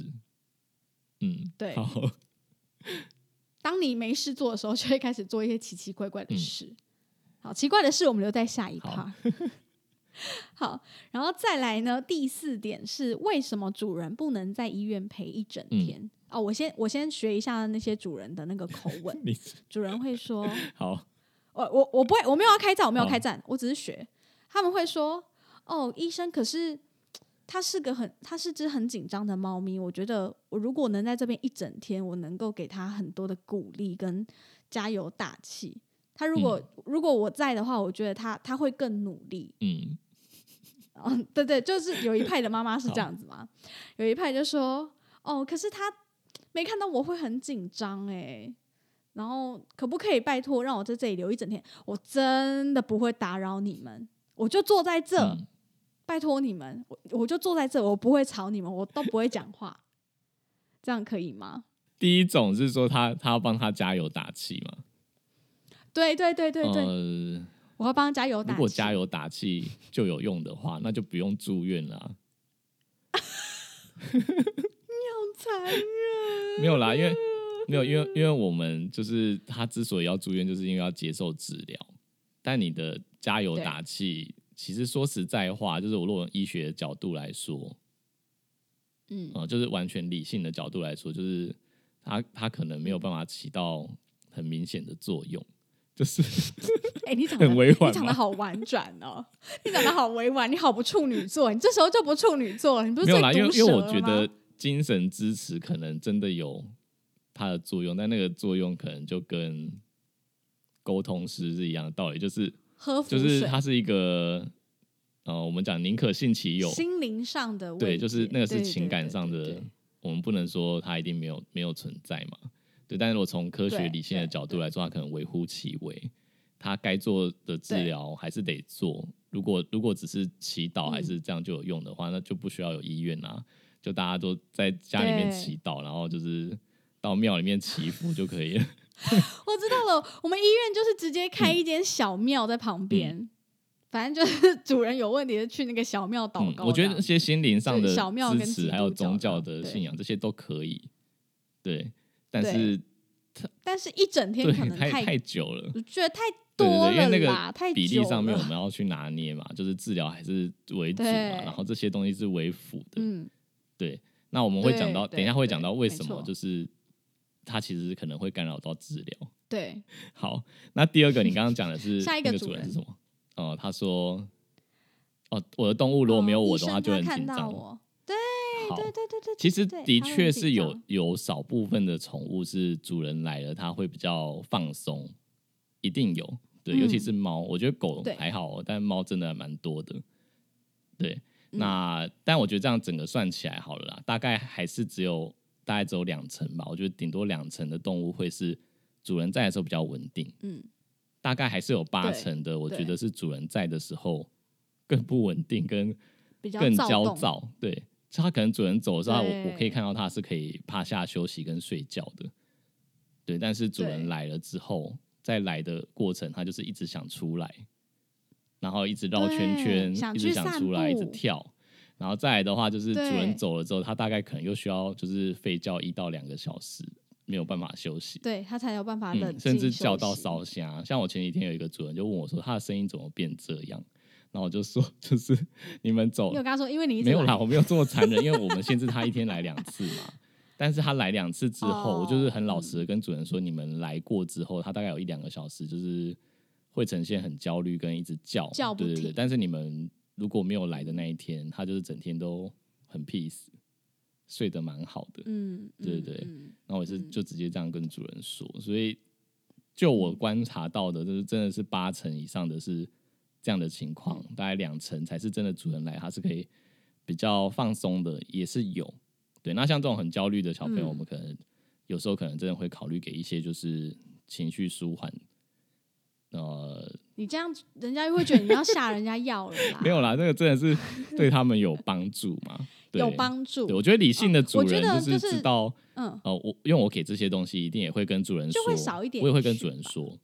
Speaker 2: 嗯，
Speaker 3: 对
Speaker 2: 好， [LAUGHS]
Speaker 3: 当你没事做的时候， [LAUGHS] 就会开始做一些奇奇怪怪的事。好，奇怪的事我们留在下一
Speaker 2: 好
Speaker 3: 趴。 [LAUGHS] 好，然后再来呢？第四点是为什么主人不能在医院陪一整天？哦，我先我先学一下那些主人的那个口吻。
Speaker 2: 你
Speaker 3: 主人会说：“
Speaker 2: 好，
Speaker 3: 我我我不会，我没有要开战，我没有
Speaker 2: 好
Speaker 3: 开战，我只是学。”他们会说：“哦，医生，可是它是个很，它是只很紧张的猫咪。我觉得我如果能在这边一整天，我能够给它很多的鼓励跟加油打气。它如果、如果我在的话，我觉得它它会更努力。
Speaker 2: 嗯，
Speaker 3: 嗯，对对，就是有一派的妈妈是
Speaker 2: 好
Speaker 3: 这样子嘛，有一派就说哦，可是他没看到我会很紧张哎、然后可不可以拜托让我在这里留一整天？我真的不会打扰你们，我就坐在这，
Speaker 2: 嗯
Speaker 3: 拜托你们，我我就坐在这，我不会吵你们，我都不会讲话，这样可以吗？
Speaker 2: 第一种是说他他要帮他加油打气嘛，
Speaker 3: 对对对对对，
Speaker 2: 呃，
Speaker 3: 我要帮他加油打气。
Speaker 2: 如果加油打气就有用的话，那就不用住院啦、
Speaker 3: [LAUGHS] 残忍，
Speaker 2: 没有啦，因
Speaker 3: [LAUGHS]
Speaker 2: 为没有，因为因为我们就是他之所以要住院，就是因为要接受治疗。但你的加油
Speaker 3: 对
Speaker 2: 打气，其实说实在话，就是我如果用医学的角度来说，
Speaker 3: 嗯，
Speaker 2: 呃，就是完全理性的角度来说，就是它它可能没有办法起到很明显的作用，就是 [LAUGHS]
Speaker 3: 哎、你讲
Speaker 2: 很委婉
Speaker 3: 你讲
Speaker 2: 吗
Speaker 3: 的好婉转哦， [LAUGHS] 你讲的好委婉，你好不处女座，你这时候就不处女座了，你不是
Speaker 2: 没有
Speaker 3: 最
Speaker 2: 啦，因为
Speaker 3: 毒
Speaker 2: 因
Speaker 3: 舌
Speaker 2: 为我
Speaker 3: 了
Speaker 2: 觉
Speaker 3: 吗
Speaker 2: 得精神支持可能真的有它的作用，但那个作用可能就跟沟通师是一样的道理，就是
Speaker 3: 喝符
Speaker 2: 就是
Speaker 3: 水
Speaker 2: 它是一个，呃，我们讲宁可信其有，
Speaker 3: 心灵上的慰
Speaker 2: 对，就是
Speaker 3: 藉
Speaker 2: 那个是
Speaker 3: 对
Speaker 2: 情
Speaker 3: 对
Speaker 2: 感
Speaker 3: 对
Speaker 2: 上
Speaker 3: 对
Speaker 2: 的
Speaker 3: 对，
Speaker 2: 我们不能说它一定没有没有存在嘛，对。但是我从科学
Speaker 3: 对
Speaker 2: 理性的
Speaker 3: 对
Speaker 2: 角度
Speaker 3: 对
Speaker 2: 来说，它可能微乎其微，它该做的治
Speaker 3: 对
Speaker 2: 疗还是得做。如果如果只是祈祷
Speaker 3: 嗯
Speaker 2: 还是这样就有用的话，那就不需要有医院啊，就大家都在家里面
Speaker 3: 对
Speaker 2: 祈祷，然后就是到庙里面祈福就可以了。
Speaker 3: 我知道了。我们医院就是直接开一间小庙在旁边，
Speaker 2: 嗯
Speaker 3: 反正就是主人有问题就去那个小庙祷
Speaker 2: 嗯，
Speaker 3: 告、
Speaker 2: 我觉得那些心灵上的
Speaker 3: 就是小庙
Speaker 2: 支
Speaker 3: 跟基
Speaker 2: 持，
Speaker 3: 督
Speaker 2: 还有宗
Speaker 3: 教
Speaker 2: 教
Speaker 3: 的
Speaker 2: 的
Speaker 3: 对
Speaker 2: 信仰，这些都可以。对，但
Speaker 3: 对
Speaker 2: 是
Speaker 3: 但是一整天
Speaker 2: 对
Speaker 3: 可能
Speaker 2: 太
Speaker 3: 太
Speaker 2: 太久了，
Speaker 3: 我觉得太多
Speaker 2: 对
Speaker 3: 了啦，
Speaker 2: 对对，因为那个
Speaker 3: 太
Speaker 2: 比例
Speaker 3: 久
Speaker 2: 上面
Speaker 3: 了
Speaker 2: 我们要去拿捏嘛，就是治疗还是为主嘛，
Speaker 3: 对
Speaker 2: 然后这些东西是为辅的。
Speaker 3: 嗯，
Speaker 2: 对，那我们会讲到，
Speaker 3: 对
Speaker 2: 等一下
Speaker 3: 对
Speaker 2: 会讲到为
Speaker 3: 没
Speaker 2: 什么
Speaker 3: 错
Speaker 2: 就是它其实可能会干扰到治疗。
Speaker 3: 对，
Speaker 2: 好，那第二个你刚刚讲的
Speaker 3: [LAUGHS]
Speaker 2: 是
Speaker 3: 下一
Speaker 2: 那
Speaker 3: 个
Speaker 2: 个
Speaker 3: 主
Speaker 2: 主人
Speaker 3: 人
Speaker 2: 是什么？哦，他说，哦，我的动物如果没有
Speaker 3: 哦
Speaker 2: 我
Speaker 3: 医
Speaker 2: 的话
Speaker 3: 生
Speaker 2: 就
Speaker 3: 他
Speaker 2: 很
Speaker 3: 看
Speaker 2: 紧
Speaker 3: 到
Speaker 2: 张。
Speaker 3: 我。对
Speaker 2: 好，
Speaker 3: 对对对对，
Speaker 2: 其实
Speaker 3: 对
Speaker 2: 的
Speaker 3: 它会
Speaker 2: 确
Speaker 3: 很
Speaker 2: 是
Speaker 3: 紧
Speaker 2: 有
Speaker 3: 张
Speaker 2: 有少部分的宠物是主人来了，它会比较放松，一定有。对，
Speaker 3: 嗯
Speaker 2: 尤其是猫，我觉得狗
Speaker 3: 对
Speaker 2: 还好哦，但猫真的还蛮多的。对，
Speaker 3: 嗯
Speaker 2: 那、但我觉得这样整个算起来好了啦，大概还是只有大概只有两成吧。我觉得顶多两成的动物会是主人在的时候比较稳定，
Speaker 3: 嗯，
Speaker 2: 大概还是有八
Speaker 3: 对
Speaker 2: 成的，我觉
Speaker 3: 对
Speaker 2: 得是主人在的时候更不稳定，跟
Speaker 3: 比较
Speaker 2: 更
Speaker 3: 躁
Speaker 2: 焦
Speaker 3: 动
Speaker 2: 躁。对，所以他可能主人走的时候，我
Speaker 3: 对
Speaker 2: 我可以看到他是可以趴下休息跟睡觉的。对，但是主
Speaker 3: 对
Speaker 2: 人来了之后，在来的过程，它就是一直想出来，然后一直绕圈圈
Speaker 1: 对，想
Speaker 2: 一直
Speaker 1: 去
Speaker 2: 想
Speaker 1: 散
Speaker 2: 出来，一直
Speaker 1: 步
Speaker 2: 跳。然后再来的话，就是主
Speaker 3: 对
Speaker 2: 人走了之后，它大概可能又需要就是吠叫一到两个小时，没有办法休息。
Speaker 3: 对他才有办法冷
Speaker 2: 嗯，
Speaker 3: 静、
Speaker 2: 甚至叫到。烧虾。像我前几天有一个主人就问我说，他的声音怎么变这样？然后我就说， [LAUGHS] 就是你们走
Speaker 3: 你有跟他说，因为你一直
Speaker 2: 没有啦，
Speaker 3: 来
Speaker 2: 我没有这么残忍，因为我们限制他一天来两次嘛。 [LAUGHS] 但是他来两次之后，
Speaker 3: 哦
Speaker 2: 我就是很老实的跟主人说，你们来过之后，他大概有一两个小时就是会呈现很焦虑跟一直叫，
Speaker 3: 叫不
Speaker 2: 对对对
Speaker 3: 停。
Speaker 2: 但是你们如果没有来的那一天，他就是整天都很 peace，睡得蛮好的。
Speaker 1: 嗯，
Speaker 2: 对
Speaker 1: 嗯
Speaker 2: 对
Speaker 1: 嗯
Speaker 2: 然后我是
Speaker 1: 嗯
Speaker 2: 就直接这样跟主人说，所以就我观察到的，就是真的是八成以上的是这样的情况，
Speaker 3: 嗯
Speaker 2: 大概两成才是真的主人来，他是可以比较放松的，也是有。对，那像这种很焦虑的小朋友，
Speaker 1: 嗯
Speaker 2: 我们可能有时候可能真的会考虑给一些就是情绪舒缓，呃，
Speaker 3: 你这样，人家会觉得你要下人家药了啦
Speaker 2: 没有啦，这个真的是对他们有帮助嘛？对
Speaker 3: [LAUGHS] 有。帮助
Speaker 2: 对，。我觉得理性的
Speaker 3: 嗯
Speaker 2: 主
Speaker 3: 我觉
Speaker 2: 人
Speaker 3: 得
Speaker 2: 就
Speaker 3: 就
Speaker 2: 是
Speaker 3: 是
Speaker 2: 知道
Speaker 3: 嗯，
Speaker 2: 哦，我因为我给这些东西，一定也会跟主人说，
Speaker 3: 就会少一点
Speaker 2: 我也会跟
Speaker 3: 去
Speaker 2: 主人
Speaker 3: 吧
Speaker 2: 说，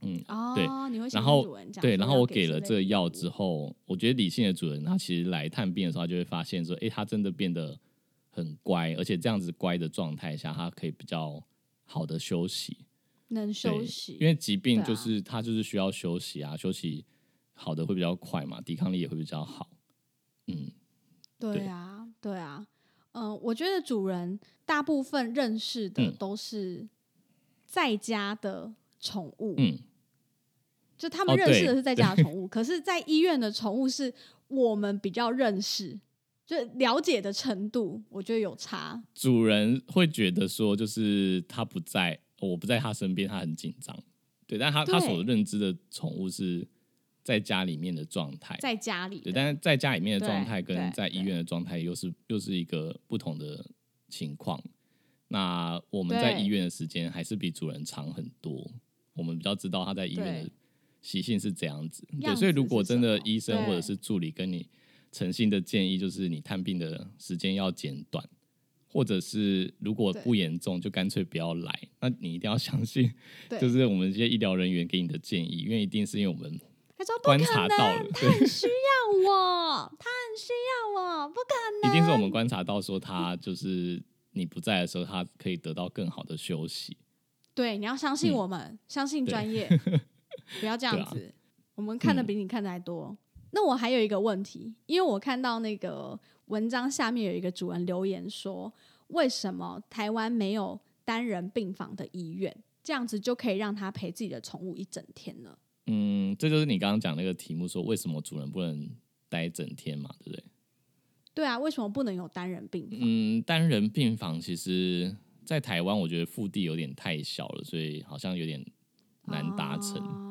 Speaker 2: 嗯，
Speaker 3: 哦，
Speaker 2: 对
Speaker 3: 你会
Speaker 2: 然
Speaker 3: 想
Speaker 2: 后
Speaker 3: 跟主人讲
Speaker 2: 对，
Speaker 3: 说
Speaker 2: 然
Speaker 3: 要
Speaker 2: 后我
Speaker 3: 给
Speaker 2: 给了
Speaker 3: 之
Speaker 2: 这
Speaker 3: 类
Speaker 2: 个
Speaker 3: 的嗯
Speaker 2: 药
Speaker 3: 礼
Speaker 2: 之
Speaker 3: 物，
Speaker 2: 后，我觉得理性的主人他其实来探病的时候，他就会发现说，诶，他真的变得很乖，而且这样子乖的状态下，他可以比较好的休息，
Speaker 3: 能休
Speaker 2: 对
Speaker 3: 息，
Speaker 2: 因为疾病
Speaker 3: 对啊
Speaker 2: 就是、它就是需要休息啊，休息好的会比较快嘛，抵抗力也会比较好，嗯，
Speaker 3: 对
Speaker 2: 对
Speaker 3: 啊，对啊，嗯、我觉得主人大部分认识的
Speaker 2: 嗯
Speaker 3: 都是在家的宠物，
Speaker 2: 嗯，
Speaker 3: 就他们
Speaker 2: 哦
Speaker 3: 认识的
Speaker 2: 对
Speaker 3: 是在家的宠物，可是，在医院的宠物是我们比较认识，就是了解的程度，我觉得有差。
Speaker 2: 主人会觉得说，就是他不在，我不在他身边，他很紧张。对，但他
Speaker 3: 对
Speaker 2: 他所认知的宠物是在家里面的状态，
Speaker 3: 在家里的，
Speaker 2: 哎对，但是在家里面的状态
Speaker 3: 对
Speaker 2: 跟
Speaker 3: 对
Speaker 2: 在医院的状态又是又是一个不同的情况。那我们在
Speaker 3: 对
Speaker 2: 医院的时间还是比主人长很多，我们比较知道他在医院的
Speaker 3: 对
Speaker 2: 习性是怎样子。对，
Speaker 3: 样
Speaker 2: 所以
Speaker 3: 子
Speaker 2: 如
Speaker 3: 是
Speaker 2: 果
Speaker 3: 什
Speaker 2: 真的
Speaker 3: 么
Speaker 2: 医生或者
Speaker 3: 对
Speaker 2: 是助理跟你诚信的建议，就是你探病的时间要减短，或者是如果
Speaker 3: 对
Speaker 2: 不严重，就干脆不要来。那你一定要相信，
Speaker 3: 对
Speaker 2: 就是我们这些医疗人员给你的建议，因为一定是因为我们
Speaker 3: 他说不可
Speaker 2: 观察到了
Speaker 3: 能，，
Speaker 2: 对。
Speaker 3: 很需要我，他很需要我，不可
Speaker 2: 一定是我们观察到说他就是你不在的时候，他可以得到更好的休息。
Speaker 3: 对，你要相信
Speaker 2: 嗯
Speaker 3: 我们，相信
Speaker 2: 对
Speaker 3: 专
Speaker 2: [LAUGHS]
Speaker 3: 业，不要这
Speaker 2: 对
Speaker 3: 样
Speaker 2: 啊
Speaker 3: 子。我们看的
Speaker 2: 嗯
Speaker 3: 比你看的还多。那我还有一个问题，因为我看到那个文章下面有一个主人留言说，为什么台湾没有单人病房的医院？这样子就可以让他陪自己的宠物一整天了。
Speaker 2: 嗯，这就是你刚刚讲那个题目，说为什么主人不能待一整天嘛，对不对？
Speaker 3: 对啊，为什么不能有单人病房？
Speaker 2: 嗯，单人病房其实，在台湾我觉得腹地有点太小了，所以好像有点难达成、
Speaker 3: 啊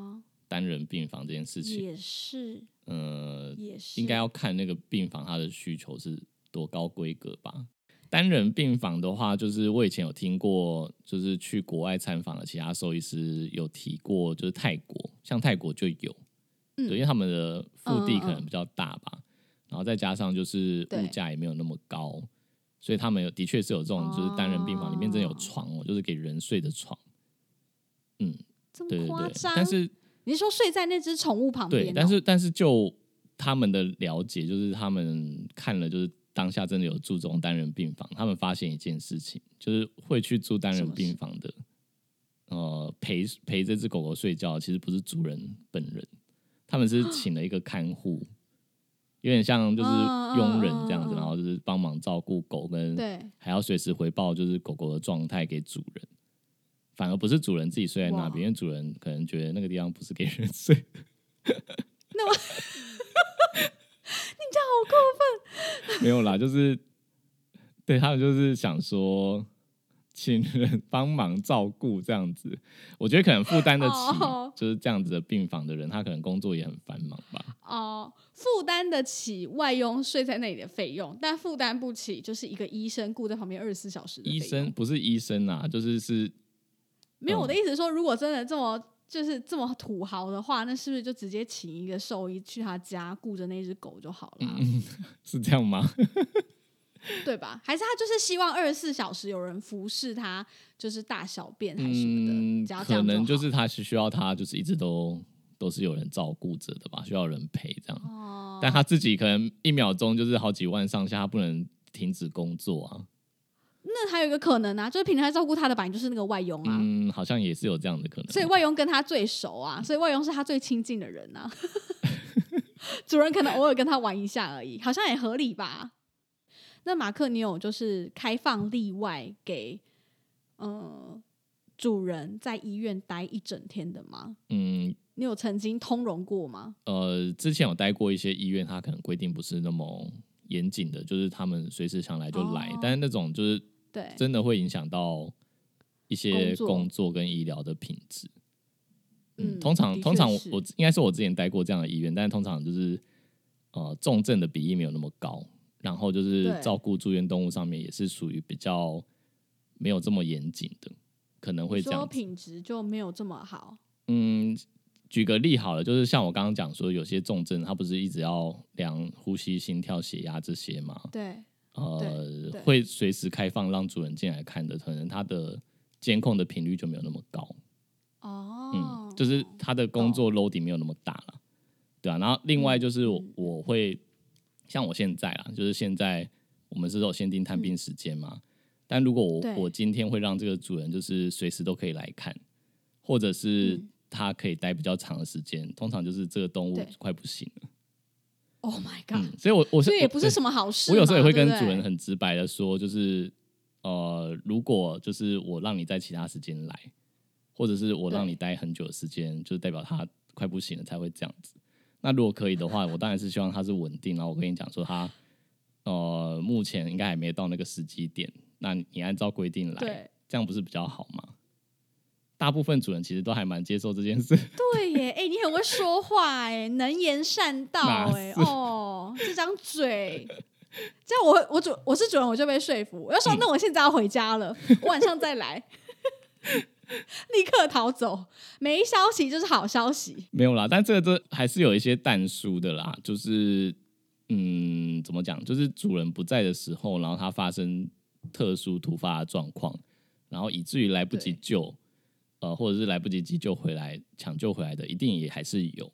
Speaker 2: 单人病房这件事情。
Speaker 3: 也是，
Speaker 2: 呃，
Speaker 3: 也是，
Speaker 2: 应该要看那个病房它的需求是多高规格吧。单人病房的话，就是我以前有听过，就是去国外参访的其他兽医师有提过，就是泰国，像泰国就有，
Speaker 3: 嗯
Speaker 2: 对，因为他们的腹地
Speaker 3: 嗯嗯
Speaker 2: 可能比较大吧，然后再加上就是
Speaker 3: 对
Speaker 2: 物价也没有那么高，所以他们有的确是有这种就是单人病房里面真的有
Speaker 3: 哦
Speaker 2: 床哦，就是给人睡的床，
Speaker 3: 这
Speaker 2: 对
Speaker 3: 么
Speaker 2: 对
Speaker 3: 夸
Speaker 2: 对，
Speaker 3: 张。
Speaker 2: 但是
Speaker 3: 你是说睡在那只宠物旁边哦、
Speaker 2: 对，但是但是就他们的了解，就是他们看了，就是当下真的有注重单人病房，他们发现一件事情，就是会去住单
Speaker 3: 什
Speaker 2: 人
Speaker 3: 么
Speaker 2: 病
Speaker 3: 事
Speaker 2: 房的，呃，陪陪这只狗狗睡觉，其实不是主人本人，他们
Speaker 3: 啊
Speaker 2: 是请了一个看护。有点像就是
Speaker 3: 嗯嗯
Speaker 2: 佣人这样
Speaker 3: 嗯
Speaker 2: 子，
Speaker 3: 嗯
Speaker 2: 然后就是帮忙照顾狗跟
Speaker 3: 对
Speaker 2: 还要随时回报就是狗狗的状态给主人，反而不是主人自己睡在那
Speaker 3: 哇
Speaker 2: 边，因为主人可能觉得那个地方不是给人睡的没有啦，就是对他们就是想说，请人帮忙照顾这样子。我觉得可能负担得起
Speaker 3: 哦
Speaker 2: 就是这样子的病房的人，他可能工作也很繁忙吧。
Speaker 3: 哦，负担得起外佣睡在那里的费用，但负担不起就是一个医生雇在旁边二十四小时的费
Speaker 2: 医
Speaker 3: 用
Speaker 2: 生不是医生啊，就是是
Speaker 3: 没有，
Speaker 2: 嗯
Speaker 3: 我的意思是说，如果真的这么就是这么土豪的话，那是不是就直接请一
Speaker 2: 嗯
Speaker 3: 个兽医去他家雇着那只狗就好了啊？
Speaker 2: 是这样吗？
Speaker 3: 对吧？还是他就是希望二十四小时有人服侍他，就是大小便还是什么的，只要这
Speaker 2: 嗯可
Speaker 3: 样
Speaker 2: 能就
Speaker 3: 好
Speaker 2: 是他是需要他就是一直都都是有人照顾着的吧，需要有人陪这样。
Speaker 3: 哦。
Speaker 2: 但他自己可能一秒钟就是好几万上下，他不能停止工作啊。
Speaker 3: 那还有一个可能啊，就是平常照顾他的本来就是那个外佣啊，
Speaker 2: 嗯，好像也是有这样的可能。
Speaker 3: 所以外佣跟他最熟啊，所以外佣是他最亲近的人啊。 [LAUGHS] 主人可能偶尔跟他玩一下而已，好像也合理吧？那马克，你有就是开放例外给呃主人在医院待一整天的吗？
Speaker 2: 嗯
Speaker 3: 你有曾经通融过吗？
Speaker 2: 呃，之前有待过一些医院，他可能规定不是那么严谨的，就是他们随时想来就来，
Speaker 3: 哦
Speaker 2: 但是那种就是
Speaker 3: 对，
Speaker 2: 真的会影响到一
Speaker 3: 工
Speaker 2: 些
Speaker 3: 作
Speaker 2: 工作跟医疗的品质。嗯，
Speaker 3: 嗯
Speaker 2: 通常
Speaker 3: 的
Speaker 2: 通常
Speaker 3: 确
Speaker 2: 我
Speaker 3: 是
Speaker 2: 我应该说我之前待过这样的医院，但是通常就是呃重症的比例没有那么高，然后就是
Speaker 3: 对
Speaker 2: 照顾住院动物上面也是属于比较没有这么严谨的，可能会
Speaker 3: 你
Speaker 2: 这样
Speaker 3: 说
Speaker 2: 子。
Speaker 3: 品质就没有这么好，
Speaker 2: 嗯，举个例好了，就是像我刚刚讲说，有些重症它不是一直要量呼吸、心跳、血压这些嘛？
Speaker 3: 对，
Speaker 2: 呃
Speaker 3: 对，
Speaker 2: 会随时开放让主人进来看的，可能它的监控的频率就没有那么高。
Speaker 3: 哦，
Speaker 2: 嗯，就是他的工作 loading 没有那么大了，对啊。然后另外就是我、
Speaker 3: 嗯
Speaker 2: 我会像我现在啦，就是现在我们是有限定探病时间嘛，但如果我
Speaker 3: 对
Speaker 2: 我今天会让这个主人就是随时都可以来看，或者是
Speaker 3: 嗯
Speaker 2: 他可以待比较长的时间，通常就是这个动物
Speaker 3: 对
Speaker 2: 快不行了。
Speaker 3: Oh my God，、
Speaker 2: 嗯，所以我我是
Speaker 3: 所以也不是
Speaker 2: 我
Speaker 3: 什么好事嘛。
Speaker 2: 我有时候也会跟
Speaker 3: 对不对
Speaker 2: 主人很直白的说，就是呃，如果就是我让你在其他时间来，或者是我让你待很久的时间，就代表他快不行了才会这样子。那如果可以的话，我当然是希望他是稳定。然后我跟你讲说他，呃，目前应该还没到那个时机点，那你按照规定来，
Speaker 3: 对
Speaker 2: 这样不是比较好吗？大部分主人其实都还蛮接受这件事，
Speaker 3: 对耶，哎、你很会说话哎，能言善道
Speaker 2: 哪
Speaker 3: 哎，哦，这张嘴。这样我我主我是主人我就被说服，我就
Speaker 2: 嗯
Speaker 3: 说那我现在要回家了，我晚上再来， [LAUGHS] 立刻逃走。没消息就是好消息，
Speaker 2: 没有啦，但这个这还是有一些淡疏的啦，就是嗯，怎么讲，就是主人不在的时候，然后它发生特殊突发的状况，然后以至于来不及
Speaker 3: 对
Speaker 2: 救，呃，或者是来不及急救回来、抢救回来的，一定也还是有。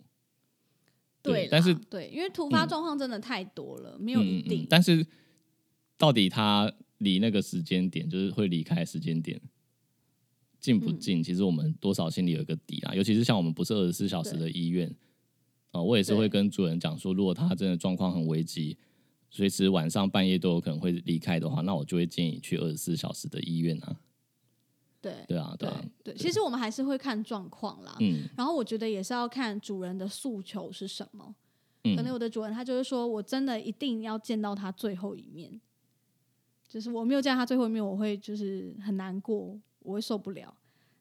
Speaker 3: 啦
Speaker 2: 但是嗯
Speaker 3: 对，因为突发状况真的太多了，没有一定。
Speaker 2: 但是到底它离那个时间点，就是会离开的时间点近
Speaker 3: 嗯
Speaker 2: 不近？其实我们多少心里有一个底啊。尤其是像我们不是二十四小时的医院，啊、我也是
Speaker 3: 对
Speaker 2: 会跟主人讲说，如果他真的状况很危急，随时晚上半夜都有可能会离开的话，那我就会建议去二十四小时的医院啊。
Speaker 3: 对
Speaker 2: 对啊，对
Speaker 3: 对
Speaker 2: 啊，
Speaker 3: 对，其实我们还是会看状况啦。
Speaker 2: 嗯
Speaker 3: 然后我觉得也是要看主人的诉求是什么。可能
Speaker 2: 嗯，
Speaker 3: 有的主人他就是说我真的一定要见到他最后一面，就是我没有见到他最后一面，我会就是很难过，我会受不了。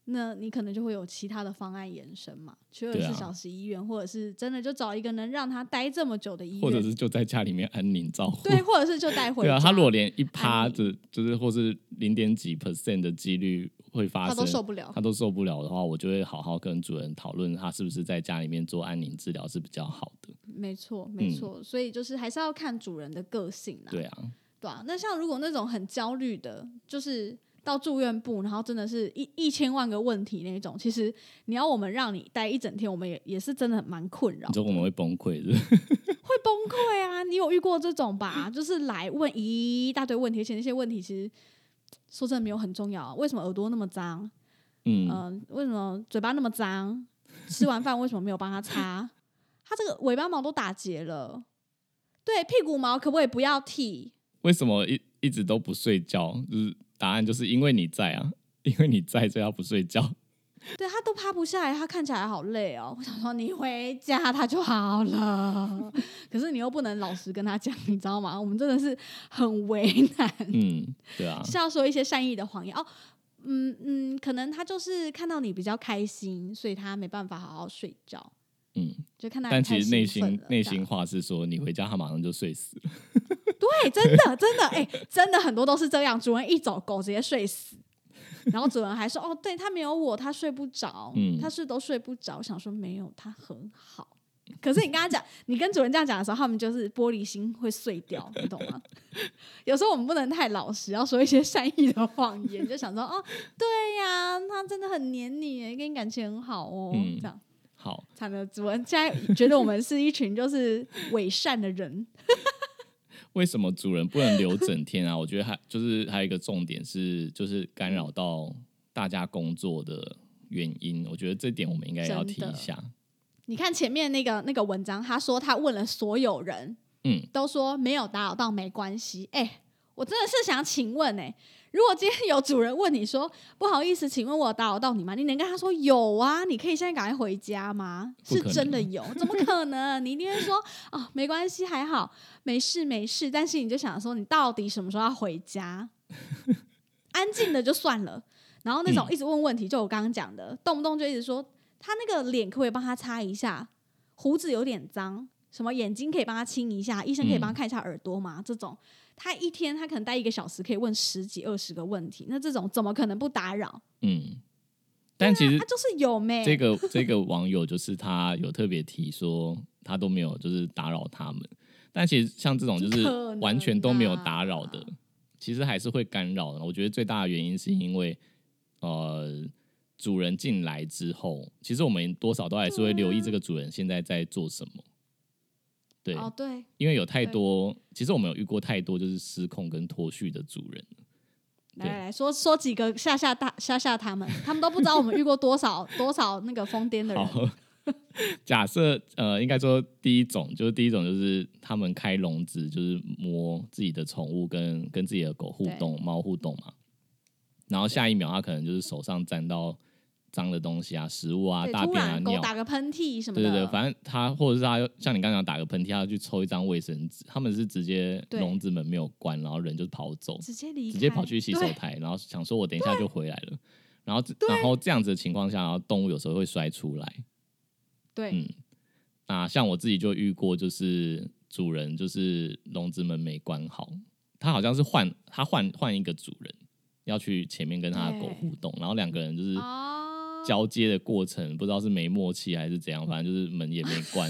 Speaker 3: 那你可能就会有其他的方案延伸嘛，去二
Speaker 2: 对
Speaker 3: 十
Speaker 2: 啊
Speaker 3: 四小时医院，或者是真的就找一个能让他待这么久的医院，
Speaker 2: 或者是就在家里面安宁照护。
Speaker 3: 对，或者是就带回
Speaker 2: 对啊，
Speaker 3: 家
Speaker 2: 他如果连一趴
Speaker 3: 安宁
Speaker 2: 的，就是或是零点几 percent 的几率会
Speaker 3: 他
Speaker 2: 发生，
Speaker 3: 都受不了
Speaker 2: 他。都受不了的话，我就会好好跟主人讨论，他是不是在家里面做安宁治疗是比较好的。
Speaker 3: 没错，
Speaker 2: 嗯
Speaker 3: 没错，所以就是还是要看主人的个性啦。
Speaker 2: 对啊，
Speaker 3: 对啊，那像如果那种很焦虑的，就是到住院部，然后真的是一一千万个问题那种，其实你要我们让你待一整天，我们也也是真的很蛮困扰
Speaker 2: 你，说我们会崩溃
Speaker 3: [LAUGHS]
Speaker 2: 是不是？
Speaker 3: 会崩溃啊！你有遇过这种吧？就是来问一大堆问题，而且那些问题其实说真的没有很重要、啊，为什么耳朵那么脏？
Speaker 2: 嗯，
Speaker 3: 嗯、为什么嘴巴那么脏？吃完饭为什么没有帮他擦？ [LAUGHS] 他这个尾巴毛都打结了，对，屁股毛可不可以不要剃？
Speaker 2: 为什么一一直都不睡觉？就是答案就是因为你在啊， [LAUGHS] 因为你在，所以他不睡觉。
Speaker 3: [LAUGHS] 对他都趴不下来，他看起来好累哦。我想说你回家他就好了，可是你又不能老实跟他讲，你知道吗？我们真的是很为难，
Speaker 2: 嗯，对啊，
Speaker 3: 是要说一些善意的谎言哦。嗯嗯，可能他就是看到你比较开心，所以他没办法好好睡觉，
Speaker 2: 嗯，
Speaker 3: 就看到你
Speaker 2: 但其实内
Speaker 3: 太兴奋
Speaker 2: 心
Speaker 3: 了
Speaker 2: 内
Speaker 3: 这样
Speaker 2: 心话是说，你回家他马上就睡死了。
Speaker 3: 对，真的 [LAUGHS] 真的，哎、真的很多都是这样。主人一走，狗直接睡死。然后主人还说：“哦，对，它没有我，它睡不着，
Speaker 2: 嗯
Speaker 3: 它是都睡不着。”我想说没有，它很好，可是你跟他讲，你跟主人这样讲的时候，他们就是玻璃心会碎掉，你懂吗？有时候我们不能太老实，要说一些善意的谎言，就想说哦，对呀、他真的很黏你耶，跟你感情很好哦，
Speaker 2: 嗯
Speaker 3: 这样。
Speaker 2: 好，
Speaker 3: 惨了，主人现在觉得我们是一群就是伪善的人，
Speaker 2: 为什么主人不能留整天啊？我 [LAUGHS] 觉得还就是还有一个重点是，就是干扰到大家工作的原因。我觉得这点我们应该要提一下。
Speaker 3: 你看前面那个那个文章，他说他问了所有人，
Speaker 2: 嗯，
Speaker 3: 都说没有打扰到没关系。哎、我真的是想请问哎、如果今天有主人问你说不好意思，请问我有打扰到你吗？你能跟他说有啊？你可以现在赶快回家吗？
Speaker 2: 不
Speaker 3: 是
Speaker 2: 可能
Speaker 3: 真的有？怎么可能？你一定会说哦，没关系，还好，没事没事。但是你就想说，你到底什么时候要回
Speaker 2: [LAUGHS]
Speaker 3: 家？安静的就算了，然后那种
Speaker 2: 嗯
Speaker 3: 一直问问题，就我刚刚讲的，动不动就一直说他那个脸可不可以帮他擦一下？胡子有点脏，什么眼睛可以帮他清一下，医生可
Speaker 2: 嗯
Speaker 3: 以帮他看一下耳朵吗？这种他一天他可能待一个小时，可以问十几二十个问题，那这种怎么可能不打扰？
Speaker 2: 嗯，但其实
Speaker 3: 他就是有没
Speaker 2: 这个这个网友就是他有特别提说，他都没有就是打扰他们。但其实像这种就
Speaker 3: 怎
Speaker 2: 是
Speaker 3: 么可能
Speaker 2: 完全都没有打扰的
Speaker 3: 啊，
Speaker 2: 其实还是会干扰的。我觉得最大的原因是因为呃，主人进来之后，其实我们多少都还是会留意这个主人现在在做什么。对，
Speaker 3: 啊哦对，
Speaker 2: 因为有太
Speaker 3: 对
Speaker 2: 多，其实我们有遇过太多就是失控跟脱序的主人。
Speaker 3: 来
Speaker 2: 对
Speaker 3: 来来说说几个吓吓大吓吓他们，他们都不知道我们遇过多少多少那个疯癫的人。
Speaker 2: 好， [LAUGHS] 假设呃，应该说第一种就是第一种就是他们开笼子，就是摸自己的宠物跟跟自己的狗互动、猫互动嘛。然后下一秒，他可能就是手上沾到脏的东西啊、食物啊、
Speaker 3: 对，
Speaker 2: 大
Speaker 3: 突
Speaker 2: 便啊、
Speaker 3: 然狗
Speaker 2: 尿，
Speaker 3: 打个喷嚏什么
Speaker 2: 对
Speaker 3: 的，
Speaker 2: 对对，反正他或者是他像你刚刚讲打个喷嚏，他要去抽一张卫生纸，他们是直接
Speaker 3: 对
Speaker 2: 笼子门没有关，然后人就跑走，
Speaker 3: 直接离开，
Speaker 2: 直接跑去洗手
Speaker 3: 对
Speaker 2: 台，然后想说我等一下就回来了。然后这，然后这样子的情况下，然后动物有时候会摔出来，
Speaker 3: 对，
Speaker 2: 嗯那像我自己就遇过，就是主人就是笼子门没关好，他好像是换他换换一个主人要去前面跟他的狗
Speaker 3: 对
Speaker 2: 互动，然后两个人就是
Speaker 3: 哦，
Speaker 2: 交接的过程，不知道是没默契还是怎样，反正就是门也没
Speaker 3: [LAUGHS]
Speaker 2: 关，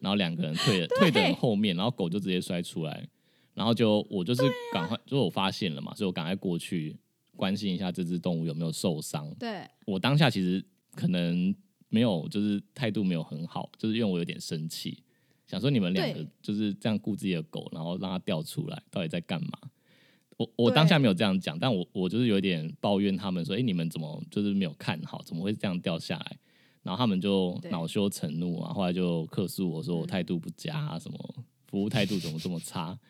Speaker 2: 然后两个人退了退的很后面，然后狗就直接摔出来，然后就我
Speaker 3: 啊
Speaker 2: 就是赶快，就我发现了嘛，所以我赶快过去关心一下这只动物有没有受伤，
Speaker 3: 对，
Speaker 2: 我当下其实可能没有，就是态度没有很好，就是因为我有点生气，想说你们两个
Speaker 3: 对
Speaker 2: 就是这样顾自己的狗，然后让它掉出来，到底在干嘛？我我
Speaker 3: 对
Speaker 2: 当下没有这样讲，但我我就是有点抱怨他们说，哎、你们怎么就是没有看好，怎么会这样掉下来？然后他们就
Speaker 3: 对
Speaker 2: 恼羞成怒啊，后来就客诉我说我
Speaker 3: 嗯
Speaker 2: 态度不佳、啊，什么服务态度怎么这么差？ [LAUGHS]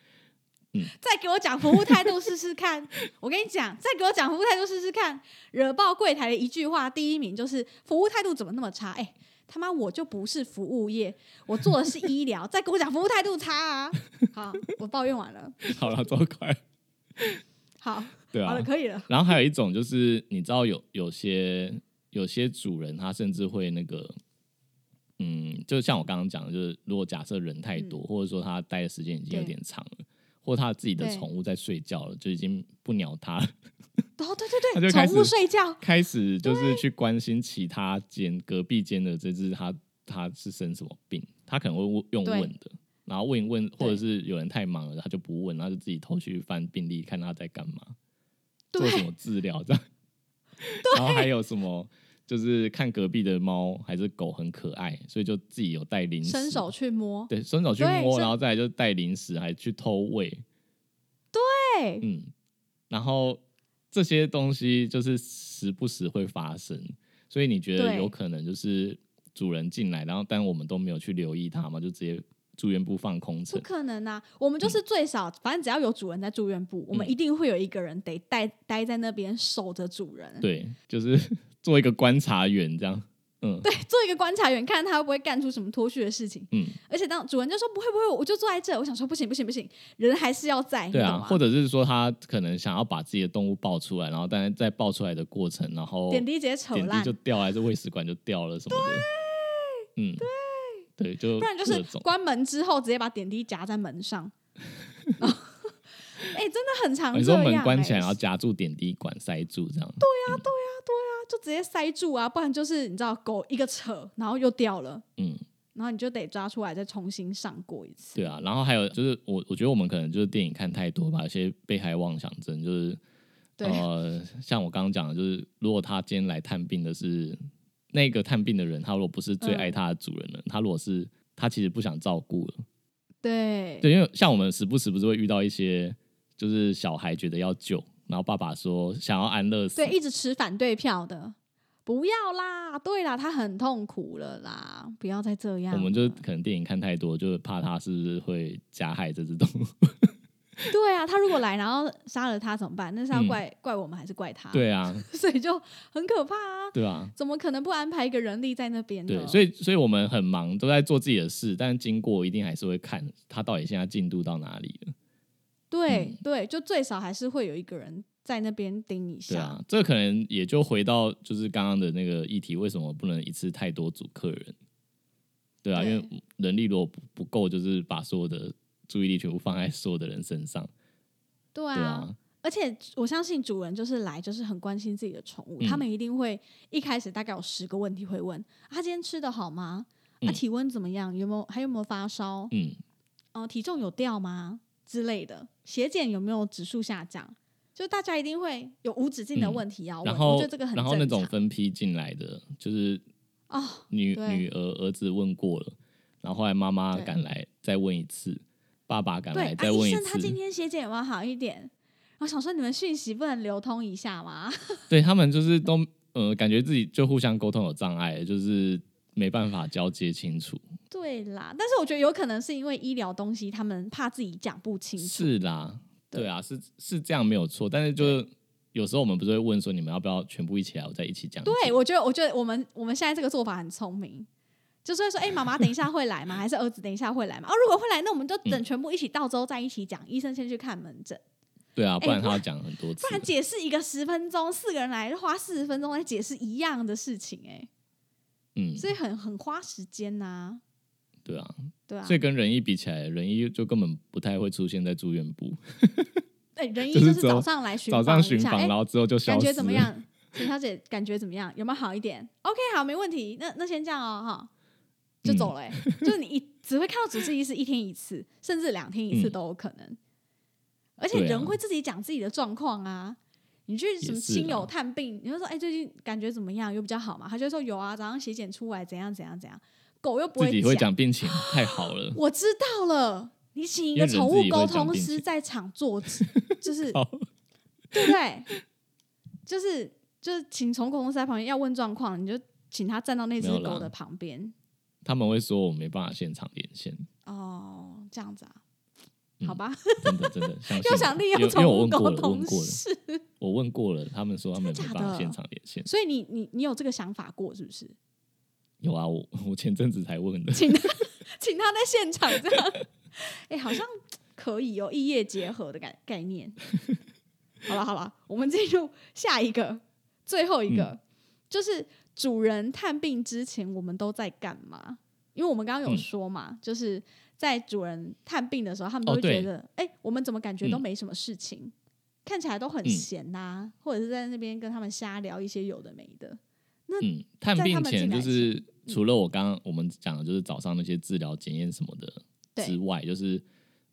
Speaker 3: 再给我讲服务态度试试看。 [LAUGHS] 我跟你讲，再给我讲服务态度试试看。惹爆柜台的一句话，第一名就是服务态度怎么那么差？哎、他妈我就不是服务业，我做的是医
Speaker 2: [LAUGHS]
Speaker 3: 疗，再给我讲服务态度差啊！好，我抱怨完了，
Speaker 2: 好了，走快，
Speaker 3: 好，
Speaker 2: 对啊，
Speaker 3: 好了，可以了。
Speaker 2: 然后还有一种就是，你知道有有些有些主人他甚至会那个，嗯，就像我刚刚讲的，就是如果假设人太多，或者说他待的时间已经有
Speaker 3: 嗯对
Speaker 2: 点长了，或他自己的
Speaker 3: 对
Speaker 2: 宠物在睡觉了，就已经不鸟他了， [LAUGHS]
Speaker 3: 哦，对对
Speaker 2: 他就
Speaker 3: 对，
Speaker 2: 开
Speaker 3: 宠物
Speaker 2: 始
Speaker 3: 睡觉，
Speaker 2: 开始就是去关心其他间隔壁间的这只他他是生什么病，他可能会问用
Speaker 3: 对
Speaker 2: 问的。然后问一问，或者是有人太忙了，他就不问，他就自己偷去翻病历，看他在干嘛。做什
Speaker 3: 对
Speaker 2: 么治
Speaker 3: [LAUGHS]
Speaker 2: 疗这样。然后还有什么，就是看隔壁的猫还是狗很可爱，所以就自己有带零食，
Speaker 3: 伸手去摸，
Speaker 2: 对，伸手去
Speaker 3: 对
Speaker 2: 摸，
Speaker 3: 是
Speaker 2: 然后再来就带零食，还去偷喂，
Speaker 3: 对，
Speaker 2: 嗯，然后这些东西就是时不时会发生，所以你觉得
Speaker 3: 对
Speaker 2: 有可能就是主人进来，然后但我们都没有去留意它嘛，就直接住院部放空
Speaker 3: 不
Speaker 2: 城，
Speaker 3: 可能啊！我们就是最少，反正只要有主人在住院部，我们
Speaker 2: 嗯
Speaker 3: 一定会有一个人得待待在那边守着主人。
Speaker 2: 对，就是 [LAUGHS] 做一个观察员这样，嗯，对，
Speaker 3: 做一个观察员，看他会不会干出什么脱序的事情。
Speaker 2: 嗯。
Speaker 3: 而且当主人就说不会不会，我就坐在这。我想说不行不行不行，人还是要在，
Speaker 2: 对
Speaker 3: 哎你懂
Speaker 2: 啊，
Speaker 3: 吗？
Speaker 2: 或者是说他可能想要把自己的动物抱出来，然后但是在抱出来的过程，然后
Speaker 3: 点滴直接扯
Speaker 2: 点滴
Speaker 3: 烂
Speaker 2: 就，掉，还是喂食管就掉了什么的。嗯，对，对，就
Speaker 3: 不然就
Speaker 2: 各
Speaker 3: 是
Speaker 2: 种
Speaker 3: 关门之后直接把点滴夹在门 [LAUGHS] 上。哦哎、真的很常
Speaker 2: 你
Speaker 3: 这
Speaker 2: 说
Speaker 3: 样、啊
Speaker 2: 门关起来，
Speaker 3: 哎
Speaker 2: 然后夹住点滴管塞住这样。
Speaker 3: 啊就直接塞住啊，不然就是你知道狗一个扯，然后又掉了。
Speaker 2: 嗯，
Speaker 3: 然后你就得抓出来再重新上过一次。
Speaker 2: 对啊，然后还有就是我，我觉得我们可能就是电影看太多吧，有些被害妄想症，就是
Speaker 3: 对
Speaker 2: 呃，像我刚刚讲的，就是如果他今天来探病的是那个探病的人，他如果不是最
Speaker 3: 嗯
Speaker 2: 爱他的主人了，他如果是他其实不想照顾了，
Speaker 3: 对
Speaker 2: 对，因为像我们时不时不是会遇到一些就是小孩觉得要救，然后爸爸说想要安乐死
Speaker 3: 对，，一直持反对票的，不要啦，对啦，他很痛苦了啦，不要再这样了。
Speaker 2: 我们就可能电影看太多，就是怕他是不是会加害这只动物。
Speaker 3: 啊对啊，他如果来然后杀了他怎么办？那是要
Speaker 2: 嗯
Speaker 3: 怪、怪我们还是怪他？，
Speaker 2: 对啊，
Speaker 3: [LAUGHS] 所以就很可怕啊！
Speaker 2: 对啊，
Speaker 3: 怎么可能不安排一个人力在那边呢？
Speaker 2: 对，所以所以我们很忙，都在做自己的事，但经过一定还是会看他到底现在进度到哪里了。嗯
Speaker 3: 对对，就最少还是会有一个人在那边盯一
Speaker 2: 对
Speaker 3: 下。
Speaker 2: 啊，这可能也就回到就是刚刚的那个议题，为什么不能一次太多组客人？对啊，
Speaker 3: 对
Speaker 2: 因为人力如果不不够，就是把所有的注意力全部放在所有的人身上。
Speaker 3: 对
Speaker 2: 对
Speaker 3: 啊，
Speaker 2: 啊，
Speaker 3: 而且我相信主人就是来就是很关心自己的宠物，
Speaker 2: 嗯
Speaker 3: 他们一定会一开始大概有十个问题会问：啊他、今天吃的好吗？啊，
Speaker 2: 嗯
Speaker 3: 体温怎么样？有没有还有没有发烧？哦、
Speaker 2: 嗯，
Speaker 3: 体重有掉吗？之类的，血检有没有指数下降？就大家一定会有无止境的
Speaker 2: 嗯
Speaker 3: 问题要问，
Speaker 2: 然后
Speaker 3: 我觉得这个很
Speaker 2: 然后那
Speaker 3: 正
Speaker 2: 种
Speaker 3: 常
Speaker 2: 分批进来的，就是
Speaker 3: 哦，
Speaker 2: 女
Speaker 3: 对
Speaker 2: 女儿儿子问过了，然后后来妈妈
Speaker 3: 对
Speaker 2: 赶来再问一次，爸爸赶
Speaker 3: 对，
Speaker 2: 来
Speaker 3: 啊，
Speaker 2: 再问
Speaker 3: 医
Speaker 2: 一
Speaker 3: 生他今
Speaker 2: 次，
Speaker 3: 天血检有没有好一点？我想说你们讯息不能流通一下吗？ [LAUGHS]
Speaker 2: 对他们就是都呃感觉自己就互相沟通有障碍，就是没办法交接清楚。
Speaker 3: 对啦，但是我觉得有可能是因为医疗东西，他们怕自己讲不清楚。
Speaker 2: 是啦，
Speaker 3: 对
Speaker 2: 对啊，是是这样没有错，但是就是有时候我们不是会问说你们要不要全部一起来，我再一起讲解。
Speaker 3: 对，我觉得，我觉得我们我们现在这个做法很聪明，就是会说，哎、妈妈等一下会来吗？还是儿子等一下会来吗？哦，如果会来，那我们就
Speaker 2: 嗯
Speaker 3: 等全部一起到之后再一起讲。医生先去看门诊，
Speaker 2: 对啊，不
Speaker 3: 哎
Speaker 2: 然
Speaker 3: 不
Speaker 2: 他
Speaker 3: 然
Speaker 2: 要讲很多次
Speaker 3: 不。然解释一个十分钟，四个人来就花四十分钟来解释一样的事情、
Speaker 2: 嗯
Speaker 3: 哎，，所以很很花时间呐、
Speaker 2: 对啊，
Speaker 3: 对啊
Speaker 2: 所，以跟仁义比起来，仁义就根本不太会出现在住院部，
Speaker 3: 哎、仁医
Speaker 2: 就是
Speaker 3: 就
Speaker 2: 只有
Speaker 3: 早上来巡
Speaker 2: 早上
Speaker 3: 一
Speaker 2: 巡
Speaker 3: 下
Speaker 2: 房，
Speaker 3: 哎
Speaker 2: 然后之后就消失了。
Speaker 3: 感觉怎么样？陈小姐感觉怎么样？有没有好一点？OK，好，没问题。那那先这样哦，哈，就走了、欸。
Speaker 2: 嗯
Speaker 3: [LAUGHS] 就是你一只会看到主治医师一天一次，甚至两天一次
Speaker 2: 嗯
Speaker 3: 都有可能。而且
Speaker 2: 对啊
Speaker 3: 人会自己讲自己的状况啊。你去什么
Speaker 2: 也是啊
Speaker 3: 亲
Speaker 2: 啦
Speaker 3: 友探病，你就说哎、最近感觉怎么样？有比较好吗？他就说有啊，早上血检出来怎样怎样怎样。狗又不
Speaker 2: 自己
Speaker 3: 会
Speaker 2: 会讲病情，太好
Speaker 3: [LAUGHS]
Speaker 2: 了。
Speaker 3: 我知道了。你请一个
Speaker 2: 因为人
Speaker 3: 宠
Speaker 2: 自
Speaker 3: 物
Speaker 2: 己会
Speaker 3: 沟
Speaker 2: 讲
Speaker 3: 通
Speaker 2: 病
Speaker 3: 师
Speaker 2: 情
Speaker 3: 在场做，
Speaker 2: [LAUGHS]
Speaker 3: 就是
Speaker 2: 好
Speaker 3: 对不对？就是就是，请宠物公司在旁边要问状况，你就请他站到那只
Speaker 2: 没有啦
Speaker 3: 狗的旁边。
Speaker 2: 他们会说我没办法现场连线，
Speaker 3: 哦，这样子啊，
Speaker 2: 嗯
Speaker 3: 好吧， [LAUGHS]
Speaker 2: 真的真的，相信
Speaker 3: 又想利
Speaker 2: 因
Speaker 3: 用
Speaker 2: 为因为
Speaker 3: 宠
Speaker 2: 我
Speaker 3: 物
Speaker 2: 问过
Speaker 3: 沟
Speaker 2: 了，我
Speaker 3: 通
Speaker 2: 问过了，
Speaker 3: 师，
Speaker 2: 我问过了，他们说他们没
Speaker 3: 真的
Speaker 2: 办
Speaker 3: 假
Speaker 2: 法
Speaker 3: 的
Speaker 2: 现场连线。
Speaker 3: 所以你你你有这个想法过是不是？
Speaker 2: 有啊，我我前阵子才
Speaker 3: [LAUGHS]
Speaker 2: 问的，
Speaker 3: 请他请他在现场这样，哎、好像可以有异业结合的概概
Speaker 2: [LAUGHS]
Speaker 3: 念。好了好了，我们进入下一个，最后一个、
Speaker 2: 嗯
Speaker 3: 就是主人探病之前，我们都在干嘛？因为我们刚刚有
Speaker 2: 嗯
Speaker 3: 说嘛，就是在主人探病的时候，他们都
Speaker 2: 哦
Speaker 3: 会觉
Speaker 2: 对
Speaker 3: 得，哎、我们怎么感觉都
Speaker 2: 嗯
Speaker 3: 没什么事情，看起来都很
Speaker 2: 嗯
Speaker 3: 闲呐、或者是在那边跟他们瞎聊一些有的没的。
Speaker 2: 嗯，探
Speaker 3: 在他
Speaker 2: 病
Speaker 3: 们进
Speaker 2: 前
Speaker 3: 来嗯
Speaker 2: 就是除了我刚刚我们讲的就是早上那些治疗检验什么的
Speaker 3: 对
Speaker 2: 之外，就是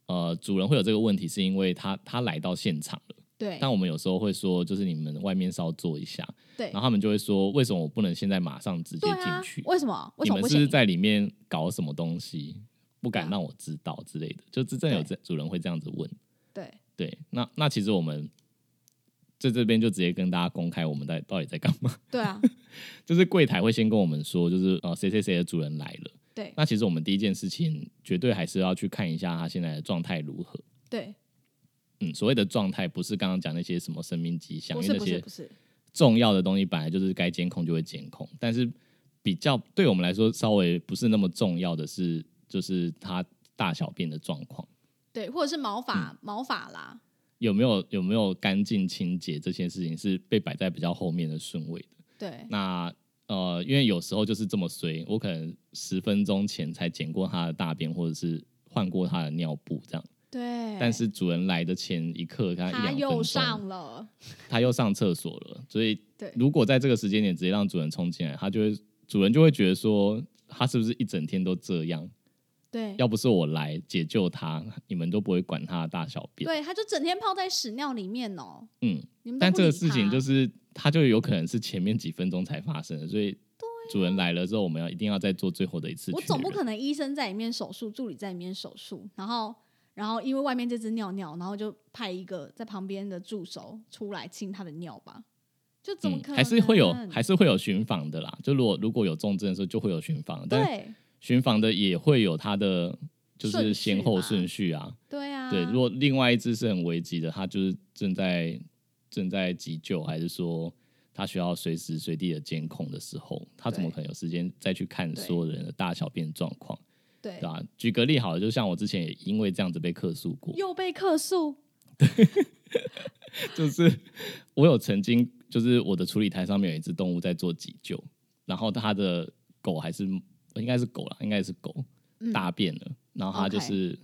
Speaker 2: 呃主人会有这个问题，是因为他他来到现场了，
Speaker 3: 对
Speaker 2: 但我们有时候会说就是你们外面稍坐一下，
Speaker 3: 对
Speaker 2: 然后他们就会说为什么我不能现在马上直接
Speaker 3: 对
Speaker 2: 进
Speaker 3: 啊
Speaker 2: 去？，
Speaker 3: 为什么？为
Speaker 2: 你
Speaker 3: 什么
Speaker 2: 们
Speaker 3: 不
Speaker 2: 是
Speaker 3: 行？
Speaker 2: 不是在里面搞什么东西，不敢
Speaker 3: 对啊
Speaker 2: 让我知道之类的？就真正有这主人会这样子问。
Speaker 3: 对。
Speaker 2: 对，那那其实我们在这边就直接跟大家公开我们在到底在干嘛。 [LAUGHS]
Speaker 3: 对啊，
Speaker 2: 就是柜台会先跟我们说，就是呃谁谁谁的主人来了。
Speaker 3: 对
Speaker 2: 那其实我们第一件事情绝对还是要去看一下他现在的状态如何。 [LAUGHS]
Speaker 3: 对，
Speaker 2: 嗯，所谓的状态不是刚刚讲那些什么生命迹象，
Speaker 3: 不
Speaker 2: 因
Speaker 3: 是
Speaker 2: 为那
Speaker 3: 不是
Speaker 2: 些
Speaker 3: 不是，
Speaker 2: 重要的东西本来就是该监控就会监控，但是比较对我们来说稍微不是那么重要的是，就是它大小便的状况
Speaker 3: 对，或者是毛
Speaker 2: 嗯
Speaker 3: 发、毛发啦，
Speaker 2: 有没有有没有干净清洁这些事情是被摆在比较后面的顺位的。
Speaker 3: 对
Speaker 2: 那呃，因为有时候就是这么衰，我可能十分钟前才捡过它的大便，或者是换过它的尿布这样，
Speaker 3: 对，
Speaker 2: 但是主人来的前一刻，它
Speaker 3: 它
Speaker 2: 一两
Speaker 3: 又
Speaker 2: 分钟，
Speaker 3: 上了，
Speaker 2: 它又上厕所了，所以
Speaker 3: 对
Speaker 2: 如果在这个时间点直接让主人冲进来，他就会主人就会觉得说，他是不是一整天都这样？
Speaker 3: 对
Speaker 2: 要不是我来解救他，你们都不会管他的大小便。
Speaker 3: 对，他就整天泡在屎尿里面哦。
Speaker 2: 嗯，
Speaker 3: 你们都
Speaker 2: 但
Speaker 3: 不
Speaker 2: 这个
Speaker 3: 理
Speaker 2: 事情
Speaker 3: 他
Speaker 2: 就是，他就有可能是前面几分钟才发生的，所以主人来了之后，我们要一定要再做最后的一次确
Speaker 3: 我
Speaker 2: 认。
Speaker 3: 总不可能医生在里面手术，助理在里面手术，然后然后因为外面这只尿尿，然后就派一个在旁边的助手出来清他的尿吧？就怎么可能？啊
Speaker 2: 嗯还是会有，还是会有巡访的啦。就如果如果有重症的时候，就会有巡访，但
Speaker 3: 对
Speaker 2: 巡访的也会有它的就
Speaker 3: 顺序
Speaker 2: 是先后
Speaker 3: 嘛
Speaker 2: 顺序啊。
Speaker 3: 对啊，
Speaker 2: 对，如果另外一只是很危急的，它就是正在正在急救，还是说它需要随时随地的监控的时候，它怎么
Speaker 3: 对
Speaker 2: 可能有时间再去看
Speaker 3: 对
Speaker 2: 所有人的大小便状况，
Speaker 3: 对
Speaker 2: 对吧、举个例好了，就像我之前也因为这样子被客诉过，
Speaker 3: 又被客诉，
Speaker 2: 就是我有曾经，就是我的处理台上面有一只动物在做急救，然后它的狗还是呃应该是狗啦，应该是狗、
Speaker 3: 嗯
Speaker 2: 大便了，然后它就是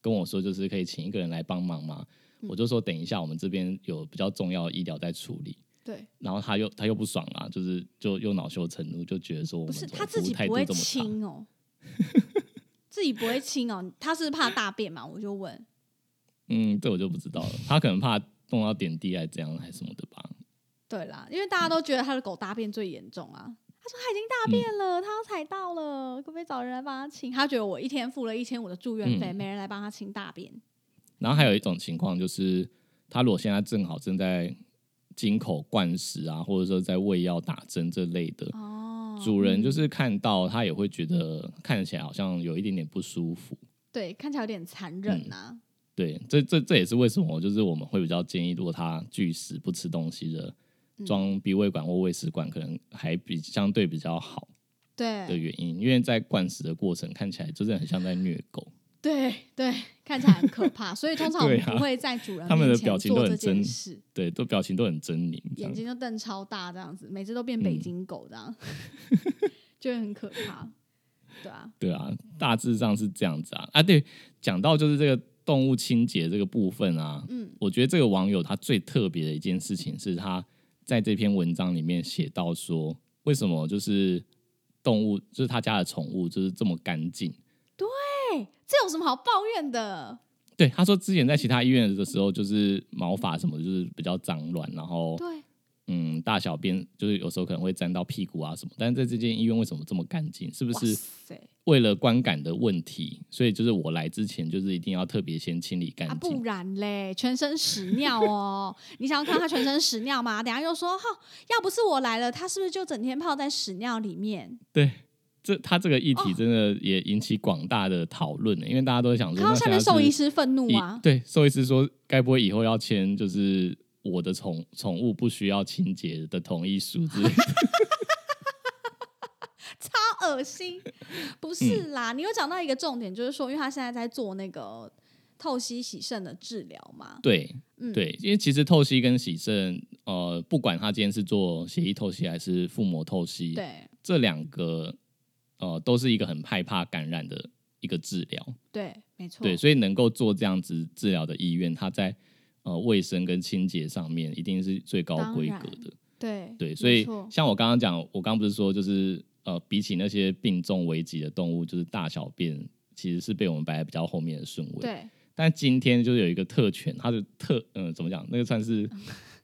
Speaker 2: 跟我说，就是可以请一个人来帮忙吗？
Speaker 3: 嗯
Speaker 2: 我就说等一下，我们这边有比较重要的医疗在处理。
Speaker 3: 对，
Speaker 2: 然后他又他又不爽啦，就是就又恼羞成怒，就觉得说我
Speaker 3: 不
Speaker 2: 们
Speaker 3: 是
Speaker 2: 怎么
Speaker 3: 他自
Speaker 2: 服务
Speaker 3: 己
Speaker 2: 态
Speaker 3: 不
Speaker 2: 度
Speaker 3: 会
Speaker 2: 这么差，
Speaker 3: 清
Speaker 2: [LAUGHS]
Speaker 3: 哦，自己不会清哦，他是怕大便嘛？我就问，
Speaker 2: 嗯，这我就不知道了，他可能怕动到点滴还是怎样还是什么的吧，
Speaker 3: 对啦，因为
Speaker 2: 嗯
Speaker 3: 大家都觉得他的狗大便最严重啊。他说他已经大便了，他要踩到了，可不可以找人来帮他清？他觉得我一天付了一千五的住院费，
Speaker 2: 嗯
Speaker 3: 没人来帮他清大便。
Speaker 2: 然后还有一种情况就是，他如果现在正好正在金口灌食啊，或者说在喂药打针这类的，
Speaker 3: 哦，
Speaker 2: 主人
Speaker 3: 嗯
Speaker 2: 就是看到他也会觉得看起来好像有一点点不舒服。
Speaker 3: 对，看起来有点残忍
Speaker 2: 嗯
Speaker 3: 啊。
Speaker 2: 对，这这这也是为什么就是我们会比较建议，如果他拒食不吃东西的，
Speaker 3: 嗯
Speaker 2: 装鼻胃管或胃食管可能还比相对比较好的
Speaker 3: 对
Speaker 2: 原因，因为在灌食的过程看起来就是很像在虐狗。
Speaker 3: 对对，看起来很可怕，所以通常我们
Speaker 2: 对啊
Speaker 3: 不会在主人
Speaker 2: 他们的
Speaker 3: 面前
Speaker 2: 表情都
Speaker 3: 做
Speaker 2: 很
Speaker 3: 这件
Speaker 2: 狰
Speaker 3: 事，
Speaker 2: 对，都表情都很狰狞，这
Speaker 3: 眼
Speaker 2: 样
Speaker 3: 睛就瞪超大这样子，每次都变北
Speaker 2: 嗯
Speaker 3: 京狗这
Speaker 2: [LAUGHS]
Speaker 3: 样，就会很可怕。对啊，
Speaker 2: 对啊，大致上是这样子啊。啊，对，讲到就是这个动物清洁这个部分啊，
Speaker 3: 嗯，
Speaker 2: 我觉得这个网友他最特别的一件事情是他在这篇文章里面写到说，为什么就是动物，就是他家的宠物就是这么干净。
Speaker 3: 哎，这有什么好抱怨的？
Speaker 2: 对，他说之前在其他医院的时候，就是毛发什么的就是比较脏乱，然后
Speaker 3: 对，
Speaker 2: 嗯，大小便就是有时候可能会沾到屁股啊什么。但是在这间医院为什么这么干净？是不
Speaker 3: 哇
Speaker 2: 是
Speaker 3: 塞
Speaker 2: 为了观感的问题，所以就是我来之前就是一定要特别先清理干
Speaker 3: 啊，
Speaker 2: 净。
Speaker 3: 不然嘞，全身屎尿哦！你想要看他全身屎尿吗？等下又说哈、要不是我来了，他是不是就整天泡在屎尿里面？
Speaker 2: 对，这他这个议
Speaker 3: 哦
Speaker 2: 题真的也引起广大的讨论呢，因为大家都想说，
Speaker 3: 看到
Speaker 2: 那
Speaker 3: 下
Speaker 2: 现在
Speaker 3: 面兽医
Speaker 2: 是
Speaker 3: 师愤怒
Speaker 2: 以
Speaker 3: 啊！
Speaker 2: 对，兽医师说，该不会以后要签就是我的宠宠物不需要清洁的同意书之类
Speaker 3: [LAUGHS]
Speaker 2: 的？
Speaker 3: 好恶心。不
Speaker 2: 嗯
Speaker 3: 是啦，你有讲到一个重点，就是说，因为他现在在做那个透析洗肾的治疗嘛，
Speaker 2: 对
Speaker 3: 嗯，，
Speaker 2: 对，因为其实透析跟洗肾，呃，不管他今天是做血液透析还是腹膜透析，
Speaker 3: 对，
Speaker 2: 这两个呃都是一个很害怕感染的一个治疗。
Speaker 3: 对，没错，
Speaker 2: 对，所以能够做这样子治疗的医院，它在呃卫生跟清洁上面一定是最高
Speaker 3: 当
Speaker 2: 规
Speaker 3: 然
Speaker 2: 格的。
Speaker 3: 对，
Speaker 2: 对，
Speaker 3: 没
Speaker 2: 所以
Speaker 3: 错
Speaker 2: 像我刚刚讲，我刚刚不是说就是呃，比起那些病重危急的动物，就是大小便其实是被我们摆在比较后面的顺位。
Speaker 3: 对，
Speaker 2: 但今天就是有一个特权，它的特嗯、怎么讲？那个
Speaker 3: [LAUGHS]
Speaker 2: 算是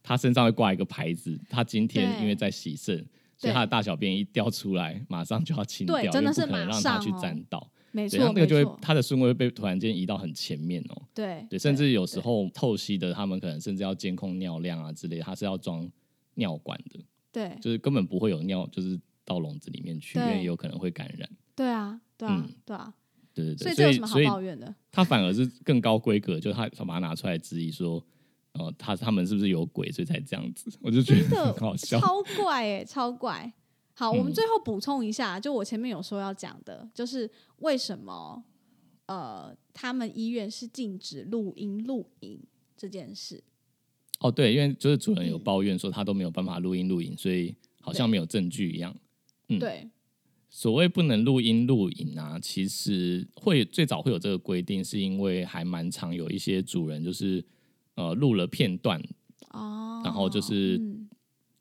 Speaker 2: 它身上会挂一个牌子，它今天
Speaker 3: 对
Speaker 2: 因为在洗肾。所以它的大小便一掉出来，马上就要清掉，
Speaker 3: 对真的
Speaker 2: 因为
Speaker 3: 是
Speaker 2: 不可能
Speaker 3: 马
Speaker 2: 让它
Speaker 3: 上
Speaker 2: 去
Speaker 3: 哦
Speaker 2: 沾到。
Speaker 3: 没
Speaker 2: 对，它
Speaker 3: 错，
Speaker 2: 那个就
Speaker 3: 没
Speaker 2: 会
Speaker 3: 错
Speaker 2: 它的顺位会被突然间移到很前面哦。
Speaker 3: 对，
Speaker 2: 对，甚至有时候透析的，他们可能甚至要监控尿量啊之类的，它是要装尿管的，
Speaker 3: 对，
Speaker 2: 就是根本不会有尿就是到笼子里面去，因
Speaker 3: 对
Speaker 2: 为有可能会感染。
Speaker 3: 对啊，对啊
Speaker 2: 嗯，
Speaker 3: 对啊，
Speaker 2: 对对
Speaker 3: 所
Speaker 2: 对，
Speaker 3: 以这
Speaker 2: 所
Speaker 3: 有
Speaker 2: 以
Speaker 3: 什么好
Speaker 2: 所以
Speaker 3: 抱怨
Speaker 2: [LAUGHS]
Speaker 3: 的？
Speaker 2: 它反而是更高规格，就它它把它拿出来质疑说，呃，他他们是不是有鬼，所以才这样子， [LAUGHS] 我就觉
Speaker 3: 真
Speaker 2: 得
Speaker 3: 的
Speaker 2: 很好笑。
Speaker 3: 超怪哎、超怪。好，我们
Speaker 2: 嗯
Speaker 3: 最后补充一下，就我前面有说要讲的，就是为什么呃，他们医院是禁止录音录影这件事。
Speaker 2: 哦，对，因为就是主人有
Speaker 3: 嗯
Speaker 2: 抱怨说他都没有办法录音录影，所以好像
Speaker 3: 对
Speaker 2: 没有证据一样。嗯
Speaker 3: 对，
Speaker 2: 所谓不能录音录影啊，其实会最早会有这个规定，是因为还蛮常有一些主人就是呃录了片段，
Speaker 3: 哦，
Speaker 2: 然后就是
Speaker 3: 嗯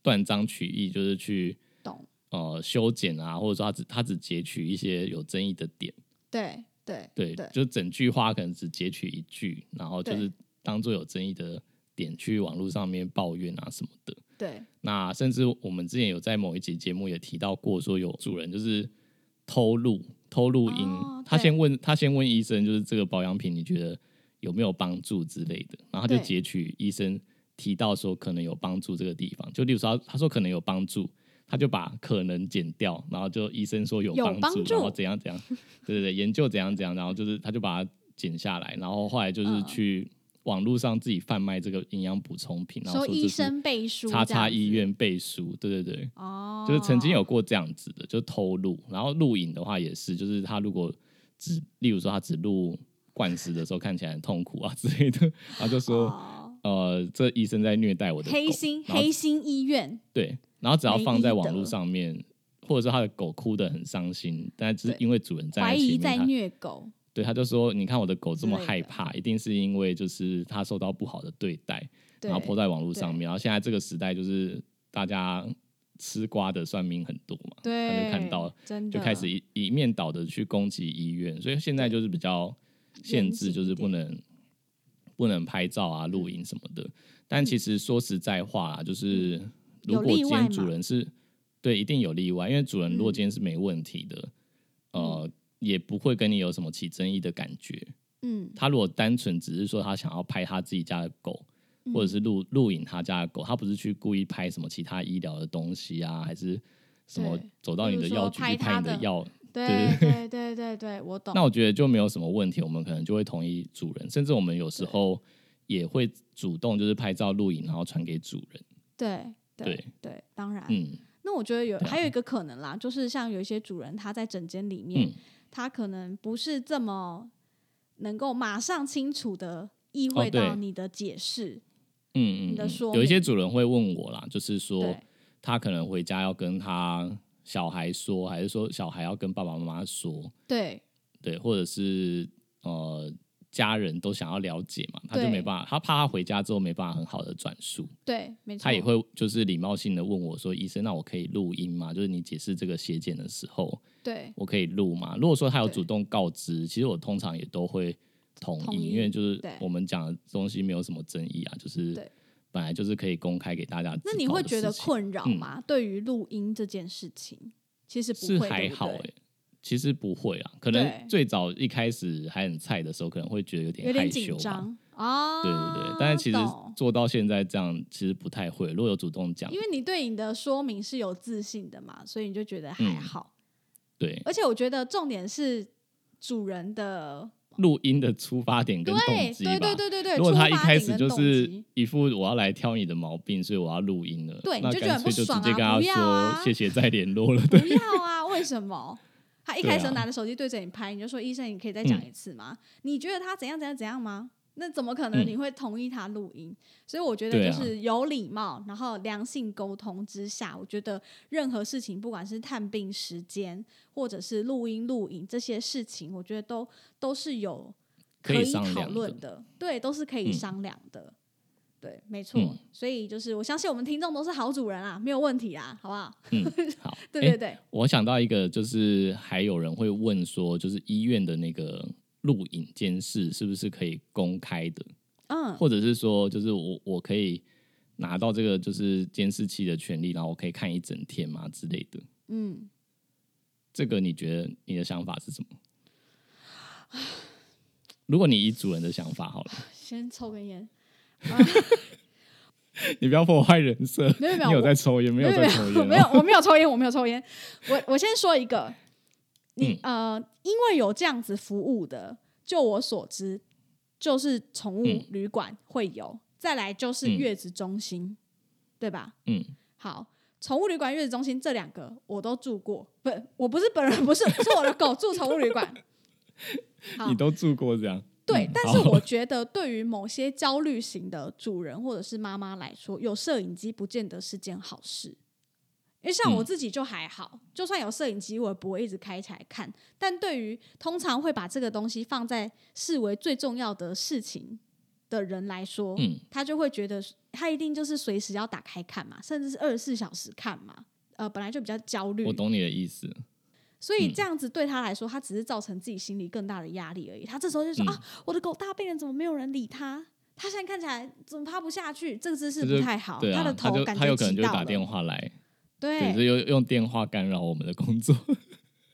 Speaker 2: 断章取义，就是去
Speaker 3: 懂
Speaker 2: 呃么修剪啊，或者说他只他只截取一些有争议的点，
Speaker 3: 对对
Speaker 2: 对，
Speaker 3: 对
Speaker 2: 就整句话可能只截取一句，然后就
Speaker 3: 对
Speaker 2: 是当做有争议的点去网络上面抱怨啊什么的。
Speaker 3: 对
Speaker 2: 那甚至我们之前有在某一集节目也提到过，说有主人就是偷录偷录音，
Speaker 3: 哦
Speaker 2: 他
Speaker 3: 对
Speaker 2: 先问他先问医生，就是这个保养品你觉得有没有帮助之类的，然后他就
Speaker 3: 对
Speaker 2: 截取医生提到说可能有帮助这个地方，就例如说他他说可能有帮助。他就把可能剪掉，然后就医生说有
Speaker 3: 有
Speaker 2: 帮助，
Speaker 3: 帮助
Speaker 2: 然后怎样怎样，对对对，研究怎样怎样，然后就是他就把它剪下来，然后后来就是
Speaker 3: 嗯
Speaker 2: 去网络上自己贩卖这个营养补充品，然后
Speaker 3: 说
Speaker 2: 说
Speaker 3: 医
Speaker 2: 这是
Speaker 3: 生背书，
Speaker 2: 叉叉医院背书，对对对，
Speaker 3: 哦，
Speaker 2: 就是曾经有过这样子的，就偷录，然后录影的话也是，就是他如果只，例如说他只录灌食的时候看起来很痛苦啊之类的，然后就说、
Speaker 3: 哦
Speaker 2: 呃，这医生在虐待我的狗
Speaker 3: 黑心
Speaker 2: 然后
Speaker 3: 黑心医院，
Speaker 2: 对，然后只要
Speaker 3: 没
Speaker 2: 放在
Speaker 3: 医
Speaker 2: 网
Speaker 3: 德
Speaker 2: 络上面，或者说他的狗哭得很伤心，但只是
Speaker 3: 对
Speaker 2: 因为主人站
Speaker 3: 怀
Speaker 2: 在
Speaker 3: 疑
Speaker 2: 前
Speaker 3: 在
Speaker 2: 面，他
Speaker 3: 虐狗，
Speaker 2: 对他就说你看我的狗这么
Speaker 3: 之类的
Speaker 2: 害怕，一定是因为就是它受到不好的对待，
Speaker 3: 对
Speaker 2: 然后泼在网络上
Speaker 3: 对
Speaker 2: 面。然后现在这个时代，就是大家吃瓜的算命很多嘛，
Speaker 3: 对，
Speaker 2: 他就看到
Speaker 3: 真的
Speaker 2: 就开始一一面倒的去攻击医院，所以现在就是比较限制，
Speaker 3: 严谨一点嗯
Speaker 2: 就是不能不能拍照啊、录影什么的。但其实说实在话啊，就是如
Speaker 1: 有
Speaker 2: 果
Speaker 1: 例
Speaker 2: 今
Speaker 1: 外
Speaker 2: 天
Speaker 1: 嘛
Speaker 2: 主人是对，一定有例外，因为主人
Speaker 3: 嗯
Speaker 2: 如果今天是没问题的，呃，也不会跟你有什么起争议的感觉。
Speaker 1: 嗯，
Speaker 2: 他如果单纯只是说他想要拍他自己家的狗，
Speaker 1: 嗯
Speaker 2: 或者是录录影他家的狗，他不是去故意拍什么其他医疗的东西啊，还是什么
Speaker 3: 对
Speaker 2: 走到你的药局
Speaker 3: 比
Speaker 2: 去
Speaker 3: 如说拍
Speaker 2: 拍
Speaker 3: 他
Speaker 2: 你的
Speaker 3: 的
Speaker 2: 药， [LAUGHS]
Speaker 3: 对对对对对，我懂。
Speaker 2: 那我觉得就没有什么问题，我们可能就会同意主人，甚至我们有时候也会主动就是拍照录影，然后传给主人。
Speaker 3: 对对
Speaker 2: 对
Speaker 3: 对，当然。
Speaker 2: 嗯
Speaker 3: 那我觉得有
Speaker 2: 对啊
Speaker 3: 还有一个可能啦，就是像有一些主人他在整间里面，
Speaker 2: 嗯，
Speaker 3: 他可能不是这么能够马上清楚的意会到
Speaker 2: 哦对
Speaker 3: 你的解释，
Speaker 2: 嗯嗯
Speaker 3: 你的说
Speaker 2: 嗯，
Speaker 3: 明
Speaker 2: 有一些主人会问我啦，就是说
Speaker 3: 对
Speaker 2: 他可能回家要跟他小孩说，还是说小孩要跟爸爸妈妈说，
Speaker 3: 对
Speaker 2: 对，或者是呃家人都想要了解嘛，他就
Speaker 3: 对
Speaker 2: 没办法，他怕他回家之后没办法很好的转述，
Speaker 3: 对，没错，
Speaker 2: 他也会就是礼貌性的问我说：“医生，那我可以录音吗？就是你解释这个血检的时候，
Speaker 3: 对
Speaker 2: 我可以录吗？”如果说他有
Speaker 3: 对
Speaker 2: 主动告知，其实我通常也都会同意，
Speaker 3: 同意
Speaker 2: 因为就是
Speaker 3: 对
Speaker 2: 我们讲的东西没有什么争议啊，就是
Speaker 3: 对
Speaker 2: 本来就是可以公开给大家知道的
Speaker 3: 那
Speaker 2: 事情。嗯
Speaker 3: 你会觉得困扰吗？对于录音这件事情，其实不
Speaker 2: 是
Speaker 3: 会，
Speaker 2: 还
Speaker 3: 对不
Speaker 2: 好
Speaker 3: 对
Speaker 2: 哎、其实不会啊，可能
Speaker 3: 对
Speaker 2: 最早一开始还很菜的时候，可能会觉得有点
Speaker 3: 有
Speaker 2: 害
Speaker 3: 点
Speaker 2: 羞
Speaker 3: 紧
Speaker 2: 吧。
Speaker 3: 张啊。
Speaker 2: 对对对，但是其实
Speaker 3: 懂
Speaker 2: 做到现在这样，其实不太会。如果有主动讲
Speaker 3: 因，为你对你的说明是有自信的嘛，所以你就觉得还
Speaker 2: 嗯
Speaker 3: 好。
Speaker 2: 对
Speaker 3: 而且我觉得重点是主人的
Speaker 2: 录音的出发点跟动
Speaker 3: 对
Speaker 2: 机
Speaker 3: 对
Speaker 2: 吧
Speaker 3: 对。对对对，
Speaker 2: 如果他
Speaker 3: 出
Speaker 2: 一
Speaker 3: 发
Speaker 2: 开
Speaker 3: 点
Speaker 2: 始
Speaker 3: 跟
Speaker 2: 就
Speaker 3: 动
Speaker 2: 是
Speaker 3: 机
Speaker 2: 一副我要来挑你的毛病，所以我要录音了，
Speaker 3: 对
Speaker 2: 那
Speaker 3: 你就觉得
Speaker 2: 干
Speaker 3: 很
Speaker 2: 脆
Speaker 3: 不
Speaker 2: 就直
Speaker 3: 爽啊
Speaker 2: 接跟他
Speaker 3: 不要啊
Speaker 2: 说谢谢再联络了。 [LAUGHS]
Speaker 3: [LAUGHS] 不
Speaker 2: 对，
Speaker 3: 要啊，为什么？他一开
Speaker 2: 对
Speaker 3: 始
Speaker 2: 啊
Speaker 3: 拿着手机对着你拍，你就说医生，你可以再讲
Speaker 2: 嗯
Speaker 3: 一次吗？你觉得他怎样怎样怎样吗？那怎么可能
Speaker 2: 嗯
Speaker 3: 你会同意他录音？所以我觉得
Speaker 2: 对
Speaker 3: 就
Speaker 2: 啊
Speaker 3: 是有礼貌，然后良性沟通之下，我觉得任何事情，不管是探病时间，或者是录音录影这些事情，我觉得都都是有
Speaker 2: 可以
Speaker 3: 以
Speaker 2: 商量
Speaker 3: 讨
Speaker 2: 的
Speaker 3: 论的，对，都是可以
Speaker 2: 嗯
Speaker 3: 商量的。对，没错，
Speaker 2: 嗯
Speaker 3: 所以就是我相信我们听众都是好主人啊，没有问题啊，好不好？
Speaker 2: 嗯，
Speaker 3: [LAUGHS]
Speaker 2: 好，
Speaker 3: 对
Speaker 2: 诶
Speaker 3: 对对，
Speaker 2: 我想到一个，就是还有人会问说，就是医院的那个录影监视是不是可以公开的？
Speaker 3: 嗯，
Speaker 2: 或者是说，就是我我可以拿到这个就是监视器的权利，然后我可以看一整天嘛之类的。
Speaker 3: 嗯。
Speaker 2: 这个你觉得你的想法是什么？如果你以主人的想法好了，
Speaker 3: 先抽根烟，
Speaker 2: 你不要破坏人设。
Speaker 3: 没有没有
Speaker 2: 你
Speaker 3: [LAUGHS]
Speaker 2: 有在抽烟，没有在抽烟
Speaker 3: 没
Speaker 2: 哦
Speaker 3: 有，没有，我没有抽烟，我没有抽烟。我我先说一个，你、
Speaker 2: 嗯
Speaker 3: 呃，因为有这样子服务的，就我所知，就是宠物
Speaker 2: 嗯
Speaker 3: 旅馆会有，再来就是
Speaker 2: 嗯
Speaker 3: 月子中心，对吧？
Speaker 2: 嗯，
Speaker 3: 好，宠物旅馆、月子中心这两个我都住过，不，我不是本人，不是，是我的狗住宠物旅馆。好
Speaker 2: 你，都住过这样。
Speaker 3: 对
Speaker 2: 嗯，
Speaker 3: 但是
Speaker 2: 好 [LAUGHS]
Speaker 3: 我觉得对于某些焦虑型的主人或者是妈妈来说，有摄影机不见得是件好事。因为像我
Speaker 2: 嗯
Speaker 3: 自己就还好，就算有摄影机，我也不会一直开起来看。但对于通常会把这个东西放在视为最重要的事情的人来说，
Speaker 2: 嗯
Speaker 3: 他就会觉得他一定就是随时要打开看嘛，甚至是二十四小时看嘛。呃本来就比较焦虑
Speaker 2: 我，懂你的意思。
Speaker 3: 所以
Speaker 2: 嗯
Speaker 3: 这样子对他来说，他只是造成自己心里更大的压力而已。他这时候就说、
Speaker 2: 嗯
Speaker 3: 啊，我的狗大病了，怎么没有人理它？它现在看起来怎么趴不下去？这个姿势
Speaker 2: 这就
Speaker 3: 不太好，
Speaker 2: 对啊，
Speaker 3: 它的
Speaker 2: 他
Speaker 3: 头
Speaker 2: 就
Speaker 3: 感
Speaker 2: 他
Speaker 3: 觉
Speaker 2: 有可能
Speaker 3: 挤
Speaker 2: 就
Speaker 3: 到
Speaker 2: 打
Speaker 3: 了。
Speaker 2: 电话来，
Speaker 3: 对
Speaker 2: 对，就用用电话干扰我们的工作。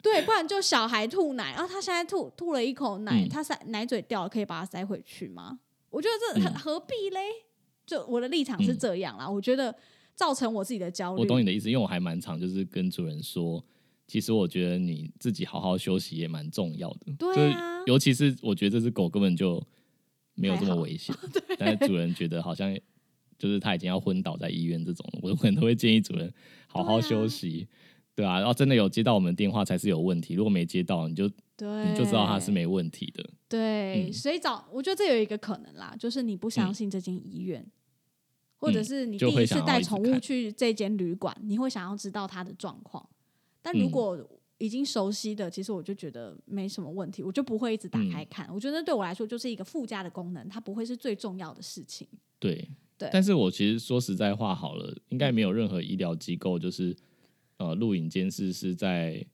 Speaker 3: 对，不然就小孩吐奶，然、啊后他现在吐吐了一口奶，
Speaker 2: 嗯
Speaker 3: 他塞奶嘴掉了，可以把它塞回去吗？我觉得这很、
Speaker 2: 嗯
Speaker 3: 何必嘞？就我的立场是
Speaker 2: 嗯
Speaker 3: 这样啦，我觉得造成我自己的焦
Speaker 2: 我懂
Speaker 3: 虑。
Speaker 2: 你的意思，因为我还蛮常就是跟主人说，其实我觉得你自己好好休息也蛮重要的。
Speaker 3: 对啊
Speaker 2: 就是尤其是我觉得这只狗根本就没有这么
Speaker 3: [LAUGHS]
Speaker 2: 危险，但是主人觉得好像就是它已经要昏倒在医院这种，我可能都会建议主人好好
Speaker 3: 对啊
Speaker 2: 休息。对啊，然后真的有接到我们电话才是有问题，如果没接到，你就
Speaker 3: 对，
Speaker 2: 你就知道它是没问题的。
Speaker 3: 对，
Speaker 2: 嗯
Speaker 3: 所以找我觉得这有一个可能啦，就是你不相信这间医院，或者是你第
Speaker 2: 嗯就会
Speaker 3: 次
Speaker 2: 想要
Speaker 3: 带
Speaker 2: 一直
Speaker 3: 宠物
Speaker 2: 看
Speaker 3: 去这间旅馆，你会想要知道它的状况。但如
Speaker 2: 嗯
Speaker 3: 果已经熟悉的，其实我就觉得没什么问题，我就不会一直打
Speaker 2: 嗯
Speaker 3: 开看。我觉得对我来说就是一个附加的功能，它不会是最重要的事情。
Speaker 2: 对，
Speaker 3: 对
Speaker 2: 但是我其实说实在话好了，应该没有任何医疗机构就是呃，录影监视是在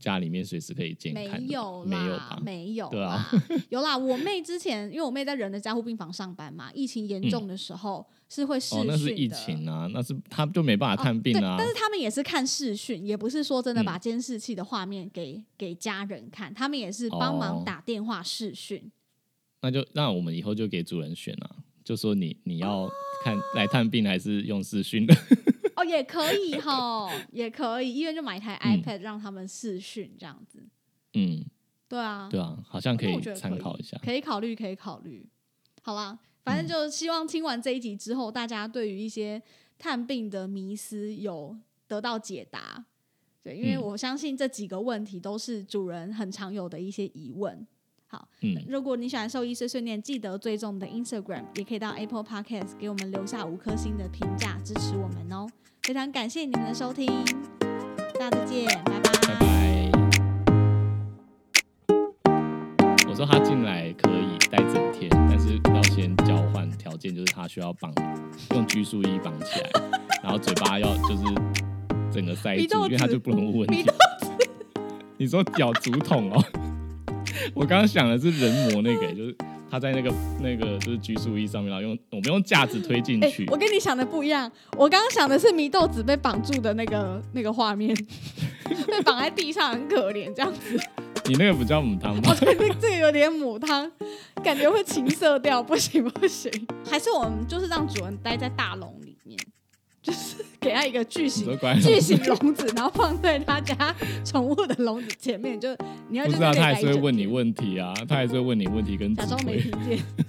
Speaker 2: 家里面随时可以监
Speaker 3: 没
Speaker 2: 看的吧，
Speaker 3: 有
Speaker 2: 没有
Speaker 3: 啦
Speaker 2: 吧，？
Speaker 3: 没有
Speaker 2: 对
Speaker 3: 啦
Speaker 2: 啊，
Speaker 3: 有啦。我妹之前，因为我妹在人的加护病房上班嘛，疫情严重的时候、是会视
Speaker 2: 嗯
Speaker 3: 讯，
Speaker 2: 哦
Speaker 3: 的。哦
Speaker 2: 那是疫情啊，那是他就没办法看病啊
Speaker 3: 对，但。是他们也是看视讯，也不是说真的
Speaker 2: 嗯
Speaker 3: 把监视器的画面给、给家人看，他们也是帮忙
Speaker 2: 哦
Speaker 3: 打电话视讯。
Speaker 2: 那就那我们以后就给主人选啊，就说你你要看、来探病还是用视讯的？ [LAUGHS]
Speaker 3: 哦也可以吼，也可以，医院就买一台
Speaker 2: 嗯
Speaker 3: iPad 让他们视讯这样子。
Speaker 2: 嗯，
Speaker 3: 对啊，
Speaker 2: 对啊，好像可
Speaker 3: 那
Speaker 2: 以
Speaker 3: 我觉得可
Speaker 2: 参考一下。嗯
Speaker 3: 可以考虑，可以考虑。好啦，反正就希望听完这一集之后，大家对于一些探病的迷思有得到解答。对，因为
Speaker 2: 嗯
Speaker 3: 我相信这几个问题都是主人很常有的一些疑问。好，
Speaker 2: 嗯，
Speaker 3: 如果你喜欢兽医碎碎念，记得追踪我们的 Instagram，也可以到 Apple Podcast 给我们留下五颗星的评价，支持我们哦。非常感谢你们的收听，大家再见，
Speaker 2: 拜拜。我说他进来可以待整天，但是要先交换条件，就是他需要绑用拘束衣绑起来，然后嘴巴要就是整个塞
Speaker 3: 米
Speaker 2: 住，
Speaker 3: 豆
Speaker 2: 因为他
Speaker 3: 子
Speaker 2: 就不能问问
Speaker 3: 米
Speaker 2: 题。你说咬竹筒哦？ [LAUGHS] 我刚刚想的是人模那个，就是他在那个那个就是拘束衣上面，然后用我们用架子推进
Speaker 3: 哎、
Speaker 2: 去。
Speaker 3: 我跟你想的不一样，我刚刚想的是祢豆子被绑住的那个那个画面， [LAUGHS] 被绑在地上很可怜这样子。
Speaker 2: 你那个不叫母汤吧？
Speaker 3: 这个这个有点母汤，感觉会情色掉，不行不行。还是我们就是让主人待在大笼里面，就是给他一个巨
Speaker 2: 你
Speaker 3: 型
Speaker 2: 说 [LAUGHS] 乖了
Speaker 3: 巨型笼子，然后放在他家宠物的笼子前面，就你要
Speaker 2: 不
Speaker 3: 就是
Speaker 2: 啊，
Speaker 3: 可以
Speaker 2: 他还
Speaker 3: 待一
Speaker 2: 是会
Speaker 3: 整
Speaker 2: 问你
Speaker 3: 天
Speaker 2: 问题啊，他还是会问你问题跟
Speaker 3: 假
Speaker 2: 指
Speaker 3: 装没
Speaker 2: 挥。
Speaker 3: 听见。